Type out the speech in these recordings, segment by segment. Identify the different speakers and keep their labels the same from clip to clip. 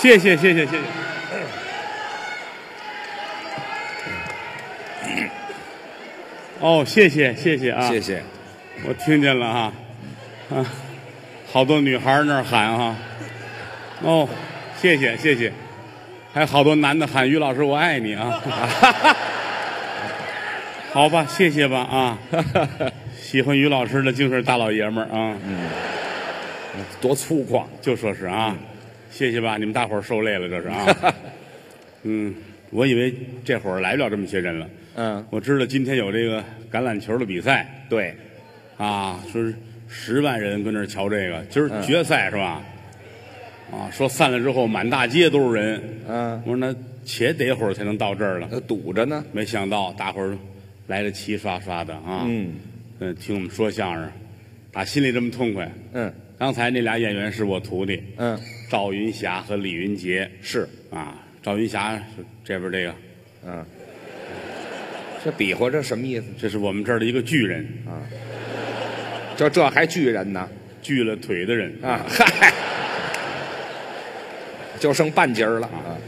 Speaker 1: 谢谢谢谢谢谢。哦，谢谢谢谢啊！
Speaker 2: 谢谢。
Speaker 1: 我听见了啊，啊，好多女孩儿那儿喊啊，哦，谢谢谢谢，还好多男的喊于老师我爱你啊， 好吧，谢谢吧啊， 喜欢于老师的就是大老爷们儿啊，
Speaker 2: 多粗犷，
Speaker 1: 就说是啊，谢谢吧，你们大伙儿受累了这是 啊，嗯，我以为这会儿来不了这么些人了，
Speaker 2: 嗯，
Speaker 1: 我知道今天有这个橄榄球的比赛，
Speaker 2: 对，
Speaker 1: 啊，说是十万人跟那儿瞧这个，今
Speaker 2: 嗯
Speaker 1: 儿决赛是吧？啊，说散了之后满大街都是人。
Speaker 2: 嗯，
Speaker 1: 我说那且得会儿才能到这儿了，
Speaker 2: 那堵着呢，
Speaker 1: 没想到大伙儿来的齐刷刷的啊。
Speaker 2: 嗯
Speaker 1: 嗯，听我们说相声，打心里这么痛快。
Speaker 2: 嗯
Speaker 1: 刚才那俩演员是我徒弟，
Speaker 2: 嗯，
Speaker 1: 赵云霞和李云杰
Speaker 2: 是，
Speaker 1: 啊。赵云霞是这边这个，
Speaker 2: 嗯，这比划这什么意思？
Speaker 1: 这是我们这儿的一个巨人，
Speaker 2: 这这还巨人呢？
Speaker 1: 锯了腿的人
Speaker 2: 啊，嗨，就剩半截儿了啊！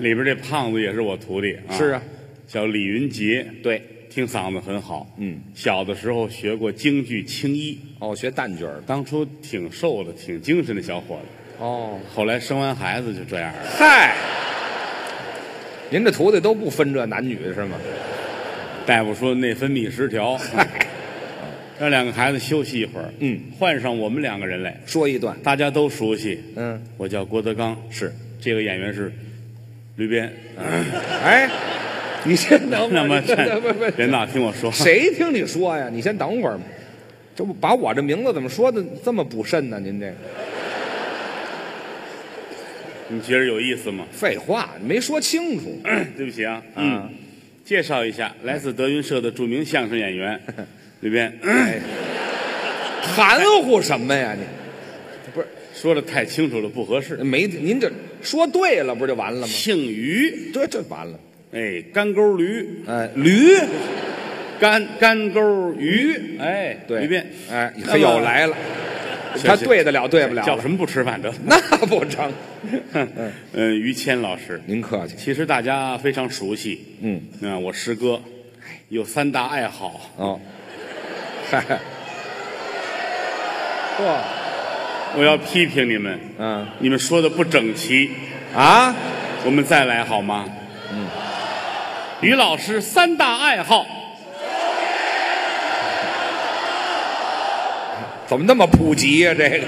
Speaker 1: 里边这胖子也是我徒弟，
Speaker 2: 是啊，
Speaker 1: 叫李云杰，
Speaker 2: 对，
Speaker 1: 听嗓子很好。
Speaker 2: 嗯，
Speaker 1: 小的时候学过京剧青衣，
Speaker 2: 哦，学蛋卷儿的，
Speaker 1: 当初挺瘦的，挺精神的小伙子。
Speaker 2: 哦，
Speaker 1: 后来生完孩子就这样了，
Speaker 2: 嗨，您这徒弟都不分这男女是吗？
Speaker 1: 大夫说内分泌失 调，让两个孩子休息一会儿。
Speaker 2: 嗯，
Speaker 1: 换上我们两个人来，
Speaker 2: 说一段，
Speaker 1: 大家都熟悉。
Speaker 2: 嗯，
Speaker 1: 我叫郭德纲，
Speaker 2: 是，
Speaker 1: 这个演员是吕鞭。
Speaker 2: 哎，你先 等会
Speaker 1: 那
Speaker 2: 儿，
Speaker 1: 么
Speaker 2: 你先哦不 不
Speaker 1: 别闹，听我说，
Speaker 2: 谁听你说呀？你先等会儿嘛，这不把我这名字怎么说的这么不慎呢？您这
Speaker 1: 你觉得有意思吗？
Speaker 2: 废话，你没说清楚。
Speaker 1: 对不起啊，嗯，介绍一下，来自德云社的著名相声演 员吕鞭。
Speaker 2: 哎， 含糊什么呀？你
Speaker 1: 不是 说的太清楚了，不合适。
Speaker 2: 没您这说对了，不就完了吗？
Speaker 1: 姓于，
Speaker 2: 这这完了。
Speaker 1: 哎，干沟驴，
Speaker 2: 哎，驴，
Speaker 1: 干干沟鱼，哎，
Speaker 2: 对，
Speaker 1: 驴鞭，
Speaker 2: 哎，
Speaker 1: 那
Speaker 2: 他
Speaker 1: 么
Speaker 2: 又，来了，
Speaker 1: 行
Speaker 2: 他
Speaker 1: 行
Speaker 2: 对得了对不了
Speaker 1: 叫
Speaker 2: 了？
Speaker 1: 什么不吃饭的？
Speaker 2: 那不成，
Speaker 1: 嗯，呃于谦老师，
Speaker 2: 您客气。
Speaker 1: 其实大家非常熟悉，
Speaker 2: 嗯，
Speaker 1: 那我师哥有三大爱好，
Speaker 2: 哦， 嗨，嚯，
Speaker 1: 我要批评你们，
Speaker 2: 嗯
Speaker 1: 你们说的不整齐，
Speaker 2: 啊，
Speaker 1: 我们再来好吗？嗯，于老师三大爱好，
Speaker 2: 怎么那么普及呀、这个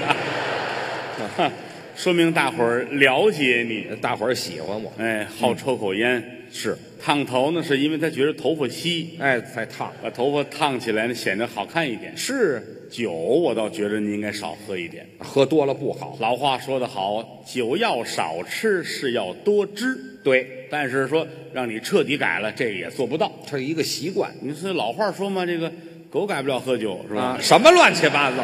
Speaker 1: 哈说明大伙儿了解你，
Speaker 2: 大伙儿喜欢我
Speaker 1: 哎，好抽口烟，
Speaker 2: 是，
Speaker 1: 烫头呢，是因为他觉得头发稀。
Speaker 2: 哎，才烫
Speaker 1: 把头发烫起来呢，显得好看一点。
Speaker 2: 是
Speaker 1: 酒，我倒觉得你应该少喝一点。
Speaker 2: 喝多了不好。
Speaker 1: 老话说得好，酒要少吃，是要多知。
Speaker 2: 对，
Speaker 1: 但是说让你彻底改了，这个也做不到。
Speaker 2: 这是一个习惯
Speaker 1: 你是老话说嘛，这个狗改不了喝酒，是吧
Speaker 2: 啊，？什么乱七八糟，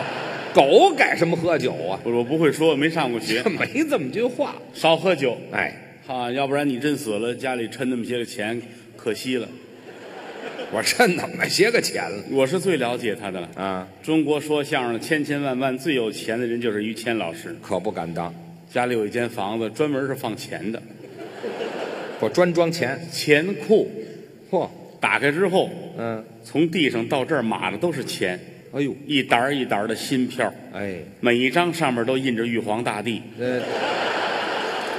Speaker 2: 狗改什么喝酒啊？
Speaker 1: 我我不会说，没上过 学
Speaker 2: 这，没这么句话。
Speaker 1: 少喝酒
Speaker 2: 哎，
Speaker 1: 啊，要不然你真死了，家里趁那么些个钱，可惜了。
Speaker 2: 我趁怎么些个钱了
Speaker 1: 我是最了解他的了。
Speaker 2: 啊？
Speaker 1: 中国说相声的千千万万最有钱的人就是于谦老师，
Speaker 2: 可不敢当，
Speaker 1: 家里有一间房子专门是放钱的。
Speaker 2: 我专装钱。
Speaker 1: 钱库，
Speaker 2: 嚯，
Speaker 1: 打开之后，
Speaker 2: 嗯，
Speaker 1: 从地上到这儿码的都是钱，
Speaker 2: 哎呦，
Speaker 1: 一沓儿一沓儿的新票，
Speaker 2: 哎，
Speaker 1: 每一张上面都印着玉皇大帝，
Speaker 2: 呃，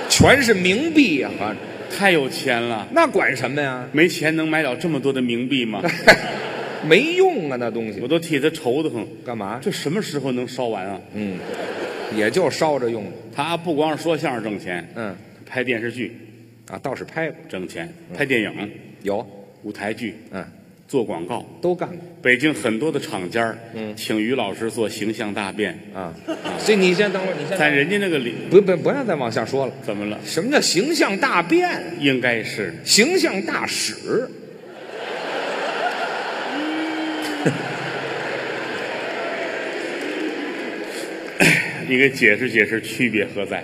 Speaker 2: 全是冥币呀、反正
Speaker 1: 太有钱了。
Speaker 2: 那管什么呀？
Speaker 1: 没钱能买了这么多的冥币吗？
Speaker 2: 没用啊，那东 西
Speaker 1: 我都替他愁得很。
Speaker 2: 干嘛？
Speaker 1: 这什么时候能烧完啊？
Speaker 2: 也就烧着用。
Speaker 1: 他不光是说相声挣钱，
Speaker 2: 嗯，
Speaker 1: 拍电视剧
Speaker 2: 啊，倒是拍过，
Speaker 1: 挣钱，拍电影、
Speaker 2: 有，
Speaker 1: 舞台剧、
Speaker 2: 嗯，
Speaker 1: 做广告。
Speaker 2: 都干过。
Speaker 1: 北京很多的厂家，嗯，请于老师做形象大变，
Speaker 2: 啊，这你先等会儿，你先
Speaker 1: 在
Speaker 2: 等会儿
Speaker 1: 人家那个里
Speaker 2: 不不不要再往下说了。
Speaker 1: 怎么了？
Speaker 2: 什么叫形象大变？
Speaker 1: 应该是
Speaker 2: 形象大使。
Speaker 1: 你给解释解释区别何在？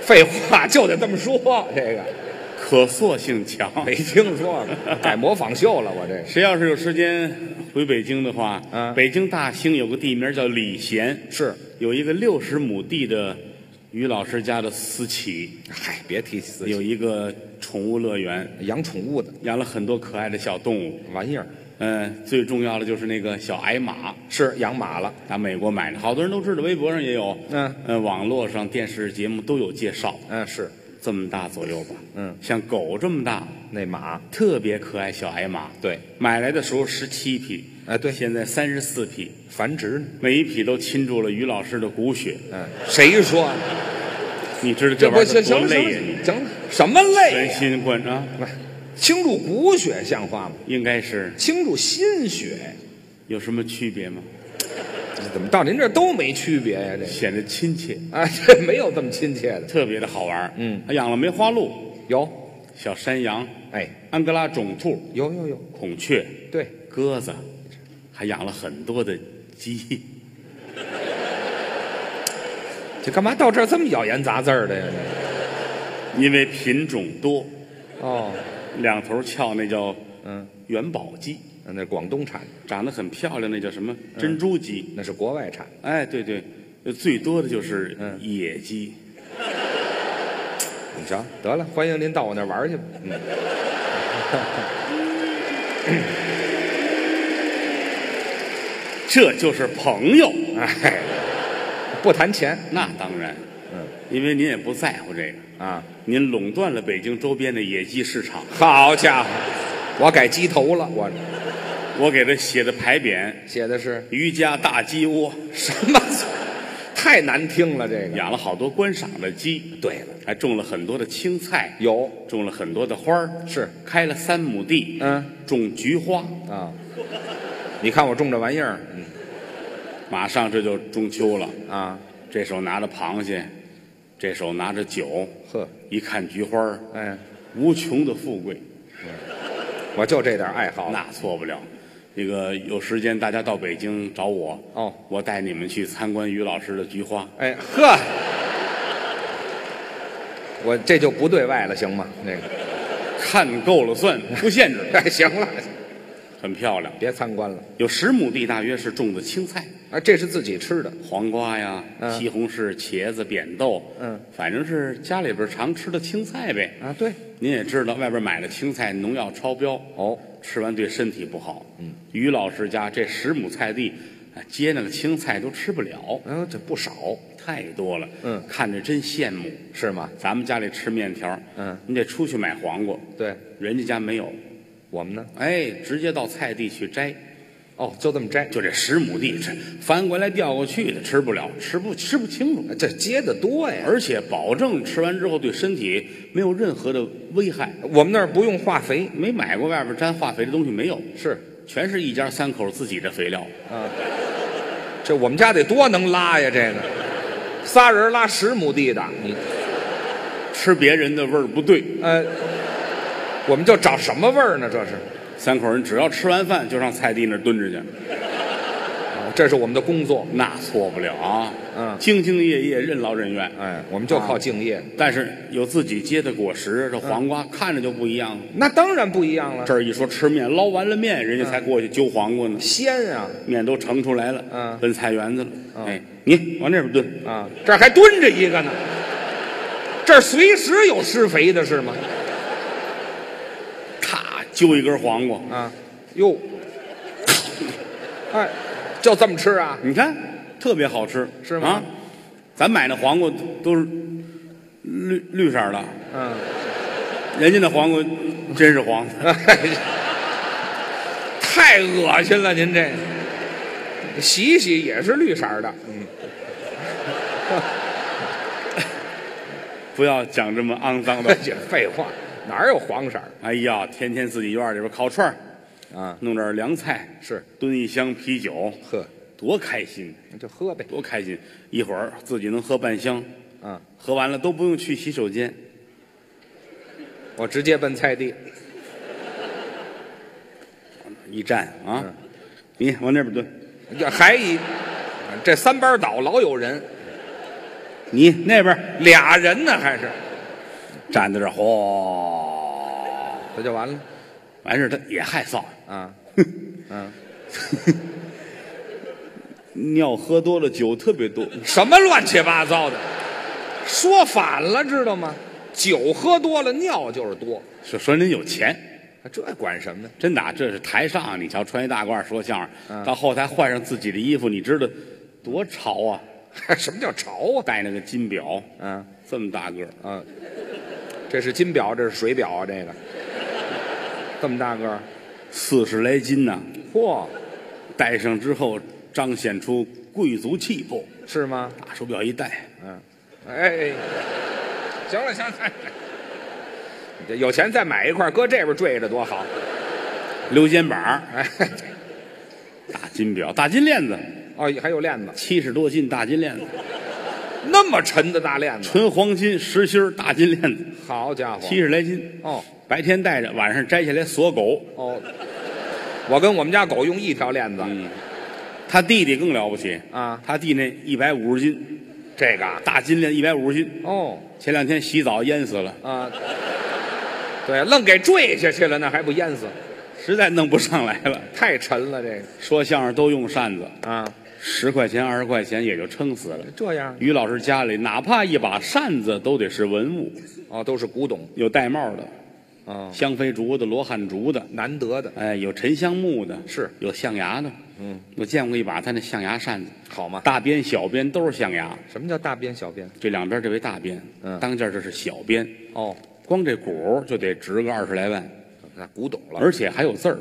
Speaker 2: 废话就得这么说，这个
Speaker 1: 可塑性强。
Speaker 2: 没听说过，改模仿秀了，我这
Speaker 1: 谁要是有时间回北京的话，
Speaker 2: 嗯
Speaker 1: 北京大兴有个地名叫礼贤，
Speaker 2: 是，
Speaker 1: 有一个六十亩地的于老师家的私企，
Speaker 2: 嗨，别提自己
Speaker 1: 有一个宠物乐园，
Speaker 2: 养宠物的
Speaker 1: 养了很多可爱的小动物。
Speaker 2: 玩意儿，
Speaker 1: 嗯，最重要的就是那个小矮马，
Speaker 2: 是养马了，
Speaker 1: 打美国买的，好多人都知道，微博上也有，
Speaker 2: 嗯
Speaker 1: 呃，网络上电视节目都有介绍。
Speaker 2: 嗯，是
Speaker 1: 这么大左右吧，
Speaker 2: 嗯，
Speaker 1: 像狗这么大，
Speaker 2: 那马，
Speaker 1: 特别可爱小矮马。
Speaker 2: 对，
Speaker 1: 买来的时候十七匹，
Speaker 2: 哎对
Speaker 1: 现在三十四匹，
Speaker 2: 繁殖呢，
Speaker 1: 每一匹都侵入了于老师的骨血。
Speaker 2: 嗯，谁说的？
Speaker 1: 你知道这玩意儿
Speaker 2: 行
Speaker 1: 多
Speaker 2: 了
Speaker 1: 累
Speaker 2: 行
Speaker 1: 呀？
Speaker 2: 了行了，什么
Speaker 1: 全
Speaker 2: 累呀？
Speaker 1: 心贯啊，
Speaker 2: 不是倾注骨血像话吗？
Speaker 1: 应该是
Speaker 2: 倾注心血，
Speaker 1: 有什么区别吗？
Speaker 2: 这怎么到您这儿都没区别呀？这
Speaker 1: 显得亲切，
Speaker 2: 啊，这没有这么亲切的。
Speaker 1: 特别的好玩。
Speaker 2: 嗯，
Speaker 1: 还养了梅花鹿、
Speaker 2: 有，
Speaker 1: 小山羊、
Speaker 2: 哎，
Speaker 1: 安哥拉种兔、
Speaker 2: 有有有，
Speaker 1: 孔雀、
Speaker 2: 对，
Speaker 1: 鸽子，还养了很多的鸡。
Speaker 2: 这干嘛到这儿这么咬言杂字儿的呀？这
Speaker 1: 因为品种多，
Speaker 2: 哦，
Speaker 1: 两头翘那叫
Speaker 2: 嗯，
Speaker 1: 元宝鸡，
Speaker 2: 那是广东产，
Speaker 1: 长得很漂亮，那叫什么
Speaker 2: 嗯
Speaker 1: 珍珠鸡。
Speaker 2: 那是国外产，
Speaker 1: 哎，对对，呃最多的就是
Speaker 2: 嗯
Speaker 1: 野鸡。
Speaker 2: 你瞧，得了，欢迎您到我那儿玩儿去吧。嗯，
Speaker 1: 这就是朋友，
Speaker 2: 哎，不谈钱
Speaker 1: 那当然，
Speaker 2: 嗯，
Speaker 1: 因为您也不在乎这个，
Speaker 2: 啊，
Speaker 1: 您垄断了北京周边的野鸡市场。
Speaker 2: 好家伙，我改鸡头了，我
Speaker 1: 我给他写的牌匾
Speaker 2: 写的是
Speaker 1: “于家大鸡窝
Speaker 2: 什么？太难听了，这”，个。
Speaker 1: 养了好多观赏的鸡，
Speaker 2: 对了，
Speaker 1: 还种了很多的青菜，
Speaker 2: 有
Speaker 1: 种了很多的花儿，
Speaker 2: 是
Speaker 1: 开了三亩地，
Speaker 2: 嗯，
Speaker 1: 种菊花，
Speaker 2: 啊，你看我种这玩意儿，
Speaker 1: 马上这就中秋了，
Speaker 2: 嗯啊，
Speaker 1: 这手拿着螃蟹，这手拿着酒，
Speaker 2: 呵，
Speaker 1: 一看菊花儿，
Speaker 2: 哎，
Speaker 1: 无穷的富贵，
Speaker 2: 我就这点爱好。
Speaker 1: 那错不了。这个有时间大家到北京找我
Speaker 2: 哦，
Speaker 1: 我带你们去参观于老师的菊花。
Speaker 2: 哎呵，我这就不对外了，行吗？那个，
Speaker 1: 看够了 算，不限制，
Speaker 2: 哎，行了，
Speaker 1: 很漂亮。
Speaker 2: 别参观了。
Speaker 1: 有十亩地，大约是种的青菜，
Speaker 2: 啊，这是自己吃的，
Speaker 1: 黄瓜呀、
Speaker 2: 嗯
Speaker 1: 西红柿、茄子、扁豆，
Speaker 2: 嗯，
Speaker 1: 反正是家里边常吃的青菜呗。
Speaker 2: 啊，对，
Speaker 1: 您也知道，外边买的青菜农药超标，
Speaker 2: 哦，
Speaker 1: 吃完对身体不好。嗯，于老师家这十亩菜地，啊接那个青菜都吃不了，
Speaker 2: 嗯、这不少，
Speaker 1: 太多了。
Speaker 2: 嗯
Speaker 1: 看着真羡慕。
Speaker 2: 是吗？
Speaker 1: 咱们家里吃面条，
Speaker 2: 嗯，
Speaker 1: 你得出去买黄瓜，
Speaker 2: 对，
Speaker 1: 人家家没有，
Speaker 2: 我们呢？
Speaker 1: 哎，直接到菜地去摘，
Speaker 2: 哦，就这么摘，
Speaker 1: 就这十亩地，这翻过来调过去的，吃不了，吃不吃不清楚，
Speaker 2: 这接的多呀。
Speaker 1: 而且保证吃完之后对身体没有任何的危害。
Speaker 2: 我们那儿不用化肥，
Speaker 1: 没买过外边沾化肥的东西没有，
Speaker 2: 是
Speaker 1: 全是一家三口自己的肥料。
Speaker 2: 啊，这我们家得多能拉呀，这个，仨人拉十亩地的，你
Speaker 1: 吃别人的味儿不对，
Speaker 2: 呃，我们就找什么味儿呢？这是，
Speaker 1: 三口人只要吃完饭就上菜地那儿蹲着去，
Speaker 2: 啊这是我们的工作，
Speaker 1: 那错不了啊。
Speaker 2: 嗯
Speaker 1: 兢兢业业，任劳任怨。
Speaker 2: 哎，我们就靠敬业。
Speaker 1: 但是有自己结的果实，这黄瓜
Speaker 2: 嗯
Speaker 1: 看着就不一样了。
Speaker 2: 那当然不一样了，
Speaker 1: 这儿一说吃面，捞完了面，人家
Speaker 2: 嗯
Speaker 1: 才过去揪黄瓜呢，
Speaker 2: 鲜啊
Speaker 1: 面都盛出来了，
Speaker 2: 嗯
Speaker 1: 奔菜园子了。
Speaker 2: 嗯
Speaker 1: 哎，你往那边蹲，
Speaker 2: 啊！这儿还蹲着一个呢，这儿随时有施肥的是吗？
Speaker 1: 咔揪一根黄瓜，
Speaker 2: 啊，哟， 哎，就这么吃啊？
Speaker 1: 你看特别好吃，
Speaker 2: 是吗
Speaker 1: 啊，咱买那黄瓜都是绿绿色儿的，
Speaker 2: 嗯，
Speaker 1: 人家那黄瓜真是黄。
Speaker 2: 哎太恶心了，您这洗洗也是绿色儿的，
Speaker 1: 不要讲这么肮脏
Speaker 2: 这
Speaker 1: 的。
Speaker 2: 也 废话，哪有黄色儿
Speaker 1: 哎呀，天天自己院里边烤串儿
Speaker 2: 啊？
Speaker 1: 弄点凉菜，
Speaker 2: 是
Speaker 1: 炖一箱啤酒，
Speaker 2: 喝，
Speaker 1: 多开心，
Speaker 2: 那就喝呗。
Speaker 1: 多开心！一会儿自己能喝半箱，
Speaker 2: 啊，
Speaker 1: 喝完了都不用去洗手间，
Speaker 2: 我直接奔菜地。
Speaker 1: 一站
Speaker 2: 嗯
Speaker 1: 啊，你往那边蹲，
Speaker 2: 这还一，这三班倒老有人，
Speaker 1: 你那边
Speaker 2: 俩人呢还是？
Speaker 1: 站在这儿，哗，
Speaker 2: 这就完了
Speaker 1: 完事儿他也害臊，
Speaker 2: 啊。嗯，
Speaker 1: 尿喝多了，酒特别多。
Speaker 2: 什么乱七八糟的，说反了知道吗？酒喝多了，尿就是多，
Speaker 1: 说说人有钱，
Speaker 2: 这管什么呀？
Speaker 1: 真的啊，这是台上你瞧穿一大褂说相声，到后台换上自己的衣服，你知道多潮啊！
Speaker 2: 什么叫潮啊？
Speaker 1: 戴那个金表，
Speaker 2: 嗯
Speaker 1: 这么大个儿，
Speaker 2: 嗯，这是金表，这是水表啊，这个这么大个儿，
Speaker 1: 四十来斤呢、
Speaker 2: 嚯，
Speaker 1: 戴上之后彰显出贵族气魄。
Speaker 2: 是吗？
Speaker 1: 大手表一戴，
Speaker 2: 嗯，哎，行了行了，哎你这有钱再买一块儿，搁这边坠着多好。
Speaker 1: 溜肩膀儿，
Speaker 2: 哎，
Speaker 1: 大金表，大金链子，
Speaker 2: 哦，还有链子，
Speaker 1: 七十多斤大金链子，
Speaker 2: 那么沉的大链子，
Speaker 1: 纯黄金实心儿大金链子，
Speaker 2: 好家伙！
Speaker 1: 七十来斤。
Speaker 2: 哦
Speaker 1: 白天戴着，晚上摘下来锁狗。
Speaker 2: 哦，我跟我们家狗用一条链子，
Speaker 1: 他弟弟更了不起
Speaker 2: 啊
Speaker 1: 他弟那一百五十斤
Speaker 2: 这个啊
Speaker 1: 大金链，一百五十斤。
Speaker 2: 哦
Speaker 1: 前两天洗澡淹死了，
Speaker 2: 啊，对，愣给坠下去了，那还不淹死？
Speaker 1: 实在弄不上来了。
Speaker 2: 太沉了，这个
Speaker 1: 说相声都用扇子，
Speaker 2: 啊，
Speaker 1: 十块钱二十块钱也就撑死了。
Speaker 2: 这样
Speaker 1: 于老师家里哪怕一把扇子都得是文物，
Speaker 2: 哦，都是古董
Speaker 1: 有玳瑁的、
Speaker 2: 啊、
Speaker 1: 香妃竹的、罗汉竹的，
Speaker 2: 难得的，
Speaker 1: 哎，有沉香木的，
Speaker 2: 是
Speaker 1: 有象牙的。嗯，我见过一把他那象牙扇子，
Speaker 2: 好吗？
Speaker 1: 大边、小边都是象牙，
Speaker 2: 什么叫大边小边？
Speaker 1: 这两边这为大边，
Speaker 2: 嗯
Speaker 1: 当间这是小边，
Speaker 2: 哦，
Speaker 1: 光这鼓儿就得值个二十来万，
Speaker 2: 那古董了
Speaker 1: 而且还有字儿，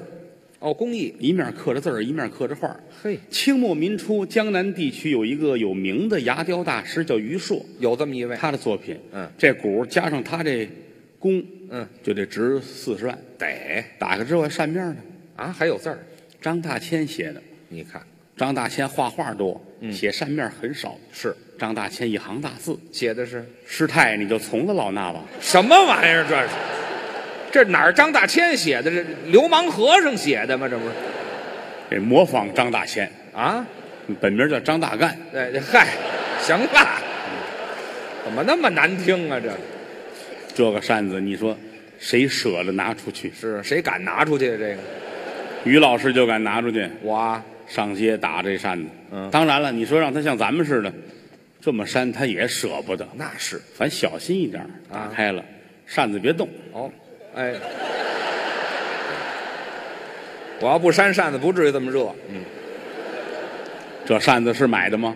Speaker 2: 哦，工艺
Speaker 1: 一面刻着字儿，一面刻着画儿。
Speaker 2: 嘿，
Speaker 1: 清末民初，江南地区有一个有名的牙雕大师叫于硕，
Speaker 2: 有这么一位，
Speaker 1: 他的作品，
Speaker 2: 哎嗯，
Speaker 1: 这鼓儿加上他这弓，
Speaker 2: 嗯，
Speaker 1: 就得值四十万。
Speaker 2: 得
Speaker 1: 打开之后还扇面呢，
Speaker 2: 啊，还有字儿，
Speaker 1: 张大千写的。
Speaker 2: 你看
Speaker 1: 张大千画画多，写扇面很少。
Speaker 2: 是
Speaker 1: 张大千一行大字，
Speaker 2: 写的是
Speaker 1: 师太你就从了老衲吧。
Speaker 2: 什么玩意儿？这是这哪儿？张大千写的？这流氓和尚写的吗？这不是
Speaker 1: 得模仿张大千，
Speaker 2: 啊？
Speaker 1: 本名叫张大干，
Speaker 2: 哎，嗨，行吧，怎么那么难听啊？这
Speaker 1: 这个扇子你说谁舍得拿出去？
Speaker 2: 是谁敢拿出去？啊这个
Speaker 1: 于老师就敢拿出去，
Speaker 2: 我啊
Speaker 1: 上街打这扇子。
Speaker 2: 嗯
Speaker 1: 当然了，你说让他像咱们似的这么扇，他也舍不得。
Speaker 2: 那是
Speaker 1: 咱小心一点儿，
Speaker 2: 啊
Speaker 1: 打开了、扇子别动，
Speaker 2: 哦，哎，我要不扇扇子，不至于这么热，
Speaker 1: 这扇子是买的吗？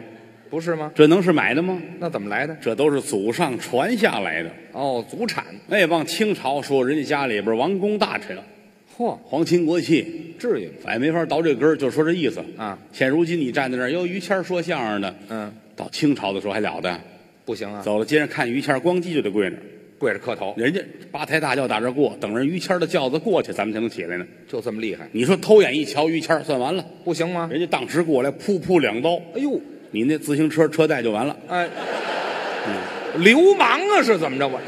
Speaker 2: 不是吗？
Speaker 1: 这能是买的吗？
Speaker 2: 那怎么来的？
Speaker 1: 这都是祖上传下来的。
Speaker 2: 哦，祖产，
Speaker 1: 哎，往清朝说，人家家里边王公大臣，
Speaker 2: 嚯，
Speaker 1: 皇亲国戚，
Speaker 2: 至于吗？
Speaker 1: 哎，没法倒这根儿，就说这意思
Speaker 2: 啊。
Speaker 1: 现如今你站在那儿，哟，于谦儿说相声的，
Speaker 2: 嗯，
Speaker 1: 到清朝的时候还了得？
Speaker 2: 不行啊，
Speaker 1: 走了街上看于谦儿，咣叽就得跪那儿。
Speaker 2: 跪着磕头，
Speaker 1: 人家八抬大轿打这儿过，等着于谦儿的轿子过去，咱们才能起来呢。
Speaker 2: 就这么厉害，
Speaker 1: 你说偷眼一瞧，于谦儿算完了，
Speaker 2: 不行吗？
Speaker 1: 人家当时过来，噗噗两刀，
Speaker 2: 哎呦，
Speaker 1: 你那自行车车带就完了。
Speaker 2: 哎，流氓啊，是怎么着？我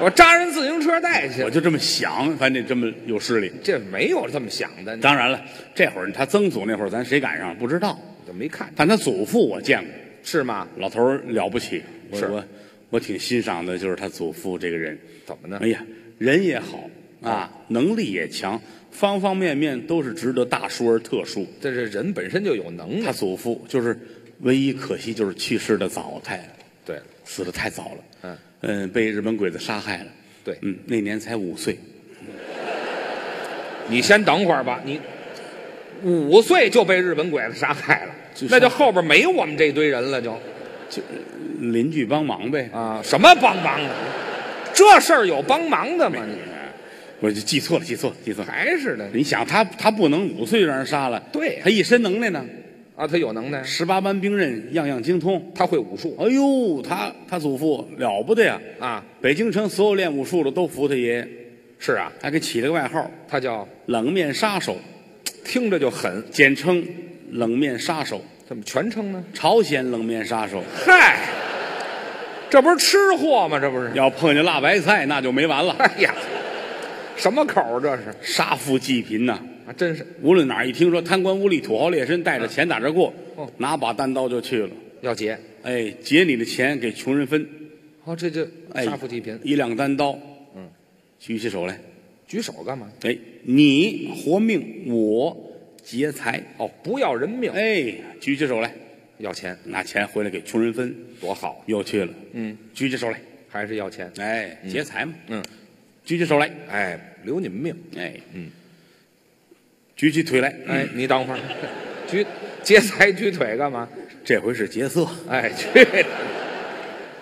Speaker 2: 我扎人自行车带
Speaker 1: 我
Speaker 2: 去，
Speaker 1: 就这么想，反正这么有势力。
Speaker 2: 这没有这么想的，
Speaker 1: 当然了，这会儿他曾祖那会儿，咱谁赶上不知道，
Speaker 2: 就没看
Speaker 1: 但他祖父我见过。
Speaker 2: 是吗？
Speaker 1: 老头儿了不起，我
Speaker 2: 是
Speaker 1: 我我挺欣赏的，就是他祖父这个人。
Speaker 2: 怎么呢
Speaker 1: 哎？呀，人也好啊，能力也强，方方面面都是值得大书而特书。
Speaker 2: 这是人本身就有能
Speaker 1: 他
Speaker 2: 耐。
Speaker 1: 祖父就是唯一可惜就是去世的早，太
Speaker 2: 对了，
Speaker 1: 死的太早了。
Speaker 2: 嗯
Speaker 1: 嗯，被日本鬼子杀害了。
Speaker 2: 对，
Speaker 1: 嗯，那年才五岁，
Speaker 2: 你先等会儿吧，你五岁就被日本鬼子杀害了
Speaker 1: 就是，
Speaker 2: 那就后边没我们这堆人了就，
Speaker 1: 就邻居帮忙呗。
Speaker 2: 啊，什么帮忙啊？这事儿有帮忙的吗？你
Speaker 1: 我就记错了，记错了，记错了。
Speaker 2: 还是的
Speaker 1: 你想他，他不能五岁就让人杀了，
Speaker 2: 对呀
Speaker 1: 他一身能耐呢，
Speaker 2: 啊，他有能耐，
Speaker 1: 十八般兵刃，样样精通。
Speaker 2: 他会武术
Speaker 1: 哎呦，他他祖父了不得呀！
Speaker 2: 啊，
Speaker 1: 北京城所有练武术的都服他爷爷，
Speaker 2: 是啊，
Speaker 1: 还给起了个外号
Speaker 2: 他叫
Speaker 1: “冷面杀手
Speaker 2: 听着就狠”，，
Speaker 1: 简称“冷面杀手
Speaker 2: 怎么全称呢？”，
Speaker 1: 朝鲜冷面杀手。
Speaker 2: 嗨，这不是吃货吗？这不是？
Speaker 1: 要碰见辣白菜，那就没完了，
Speaker 2: 哎呀，什么口儿这是？
Speaker 1: 杀富济贫呐、
Speaker 2: 啊，真是
Speaker 1: 无论哪儿一听说贪官污吏、土豪劣绅，带着钱打这过，
Speaker 2: 哦
Speaker 1: 拿把单刀就去了。
Speaker 2: 要劫！
Speaker 1: 哎，劫你的钱给穷人分，
Speaker 2: 哦，这就
Speaker 1: 哎，
Speaker 2: 杀富济贫。
Speaker 1: 一两单刀，嗯，举起手来，
Speaker 2: 举手干嘛？
Speaker 1: 哎，你活命，我劫财。
Speaker 2: 哦，不要人命，
Speaker 1: 哎，举起手来，
Speaker 2: 要钱，
Speaker 1: 拿钱回来给穷人分，
Speaker 2: 多好，
Speaker 1: 又去了。
Speaker 2: 嗯，
Speaker 1: 举起手来，
Speaker 2: 还是要钱？
Speaker 1: 哎，劫财嘛。
Speaker 2: 嗯，
Speaker 1: 举起手来，
Speaker 2: 哎，留你们命。
Speaker 1: 哎，
Speaker 2: 嗯，
Speaker 1: 举起腿来，
Speaker 2: 哎，你等会儿， 举劫财举腿干嘛？
Speaker 1: 这回是劫色，
Speaker 2: 哎，去，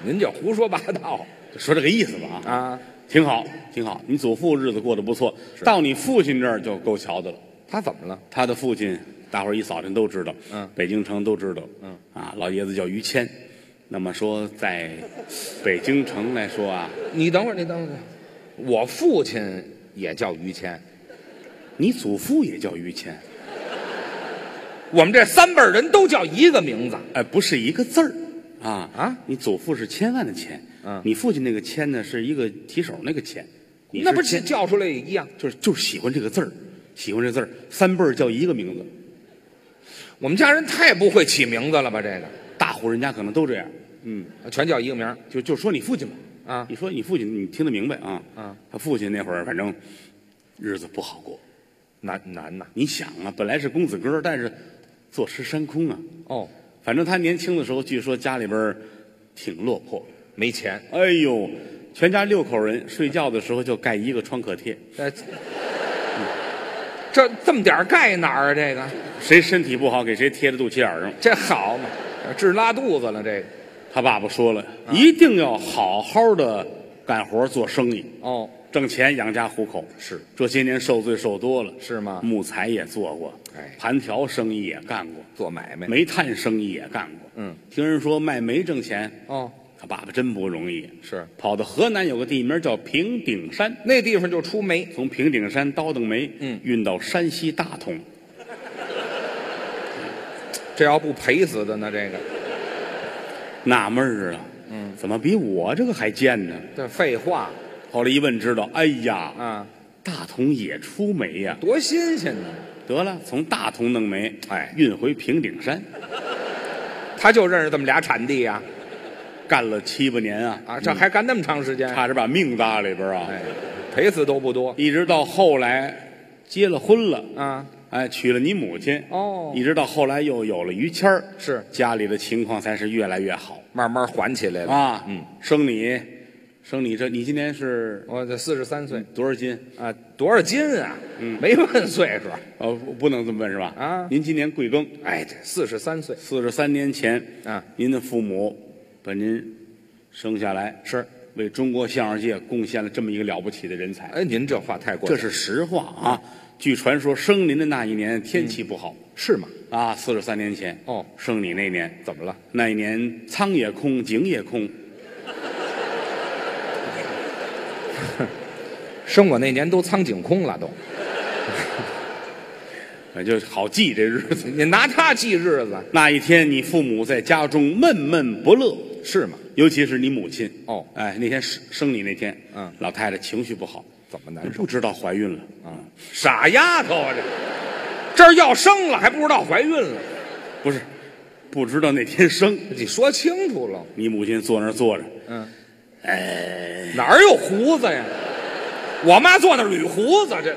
Speaker 2: 您就胡说八道
Speaker 1: 说这个意思吧啊，
Speaker 2: 啊！
Speaker 1: 挺好，挺好。你祖父日子过得不错，到你父亲这儿就够瞧的了。
Speaker 2: 他怎么了？
Speaker 1: 他的父亲，大伙儿一扫听都知道，
Speaker 2: 嗯
Speaker 1: 北京城都知道，
Speaker 2: 嗯，
Speaker 1: 啊，老爷子叫于谦。那么说，在北京城来说啊，
Speaker 2: 你等会儿，你等会儿，我父亲也叫于谦，
Speaker 1: 你祖父也叫于谦，
Speaker 2: 我们这三辈儿人都叫一个名字。
Speaker 1: 哎，不是一个字儿啊
Speaker 2: 啊！
Speaker 1: 你祖父是千万的千，
Speaker 2: 嗯
Speaker 1: 你父亲那个谦呢是一个提手那个谦，你
Speaker 2: 那不
Speaker 1: 是
Speaker 2: 是
Speaker 1: 谦
Speaker 2: 叫出来也一样？
Speaker 1: 就是就是喜欢这个字儿，喜欢这字儿，三辈儿叫一个名字，
Speaker 2: 我们家人太不会起名字了吧？这个
Speaker 1: 大户人家可能都这样，嗯，
Speaker 2: 全叫一个名儿
Speaker 1: 就就说你父亲吧，
Speaker 2: 啊
Speaker 1: 你说你父亲，你听得明白啊？
Speaker 2: 啊，
Speaker 1: 他父亲那会儿反正日子不好过，
Speaker 2: 难难呐！
Speaker 1: 你想啊，本来是公子哥，但是坐吃山空啊。
Speaker 2: 哦，
Speaker 1: 反正他年轻的时候，据说家里边儿挺落魄，
Speaker 2: 没钱，
Speaker 1: 哎呦，全家六口人睡觉的时候就盖一个创可贴，
Speaker 2: 这 这这么点儿盖哪儿啊？这个
Speaker 1: 谁身体不好给谁贴在肚脐眼儿上。
Speaker 2: 这好嘛？治拉肚子了这个
Speaker 1: 他爸爸说了，
Speaker 2: 啊
Speaker 1: 一定要好好的干活做生意，
Speaker 2: 哦，
Speaker 1: 挣钱养家糊口。
Speaker 2: 是
Speaker 1: 这些年受罪受多了，
Speaker 2: 是吗
Speaker 1: 木材也做过，
Speaker 2: 哎
Speaker 1: 盘条生意也干过，
Speaker 2: 做买卖
Speaker 1: 煤炭生意也干过。
Speaker 2: 嗯，
Speaker 1: 听人说卖煤挣钱，
Speaker 2: 哦，
Speaker 1: 他爸爸真不容易。
Speaker 2: 是
Speaker 1: 跑到河南有个地名叫平顶山，
Speaker 2: 那地方就出煤，
Speaker 1: 从平顶山倒腾煤，
Speaker 2: 嗯
Speaker 1: 运到山西大同。
Speaker 2: 这要不赔死的呢？这个
Speaker 1: 纳闷儿啊，嗯，怎么比我这个还贱呢？
Speaker 2: 这废话
Speaker 1: 后来一问知道，哎呀，
Speaker 2: 啊，
Speaker 1: 大同也出煤呀、
Speaker 2: 多新鲜呢！
Speaker 1: 得了，从大同弄煤，
Speaker 2: 哎
Speaker 1: 运回平顶山，
Speaker 2: 他就认识这么俩产地呀
Speaker 1: 干了七八年啊，
Speaker 2: 啊，这还干那么长时间，
Speaker 1: 差点把命搭里边啊。
Speaker 2: 哎，赔死都不多
Speaker 1: 一直到后来结了婚了，
Speaker 2: 啊。
Speaker 1: 哎，娶了你母亲，
Speaker 2: 哦
Speaker 1: 一直到后来又有了于谦儿，
Speaker 2: 是
Speaker 1: 家里的情况才是越来越好
Speaker 2: 慢慢缓起来了。
Speaker 1: 啊。
Speaker 2: 嗯，
Speaker 1: 生你，生你这，你今年是
Speaker 2: 我哦这四十三岁
Speaker 1: 多少斤？
Speaker 2: 啊，多少斤啊？嗯，没问岁数。
Speaker 1: 哦，不不能这么问是吧？
Speaker 2: 啊
Speaker 1: 您今年贵庚？
Speaker 2: 哎，这四十三岁
Speaker 1: 四十三年前，
Speaker 2: 啊，
Speaker 1: 您的父母把您生下来，
Speaker 2: 是。
Speaker 1: 为中国相声界贡献了这么一个了不起的人才，
Speaker 2: 哎，嗯您这话太过
Speaker 1: 这
Speaker 2: 分，
Speaker 1: 是实话啊。据传说，生您的那一年天
Speaker 2: 嗯
Speaker 1: 气不好、
Speaker 2: 是吗？
Speaker 1: 啊，四十三年前
Speaker 2: 哦
Speaker 1: 生你那年，
Speaker 2: 怎么了？
Speaker 1: 那一年仓也空，井也空，
Speaker 2: 生我那年都苍井空了都，
Speaker 1: 呃就好记这日子。
Speaker 2: 你拿它记日子
Speaker 1: 那一天，你父母在家中闷闷不乐，
Speaker 2: 是吗？
Speaker 1: 尤其是你母亲。
Speaker 2: 哦
Speaker 1: 哎，那天生生你那天，
Speaker 2: 嗯
Speaker 1: 老太太情绪不好，
Speaker 2: 怎么难受？
Speaker 1: 不知道怀孕了啊？
Speaker 2: 傻丫头啊，这这儿要生了还不知道怀孕了？
Speaker 1: 不是，不知道那天生。
Speaker 2: 你说清楚了。
Speaker 1: 你母亲坐那儿坐着，
Speaker 2: 嗯，哎，哪儿有胡子呀？我妈坐那儿捋胡子，这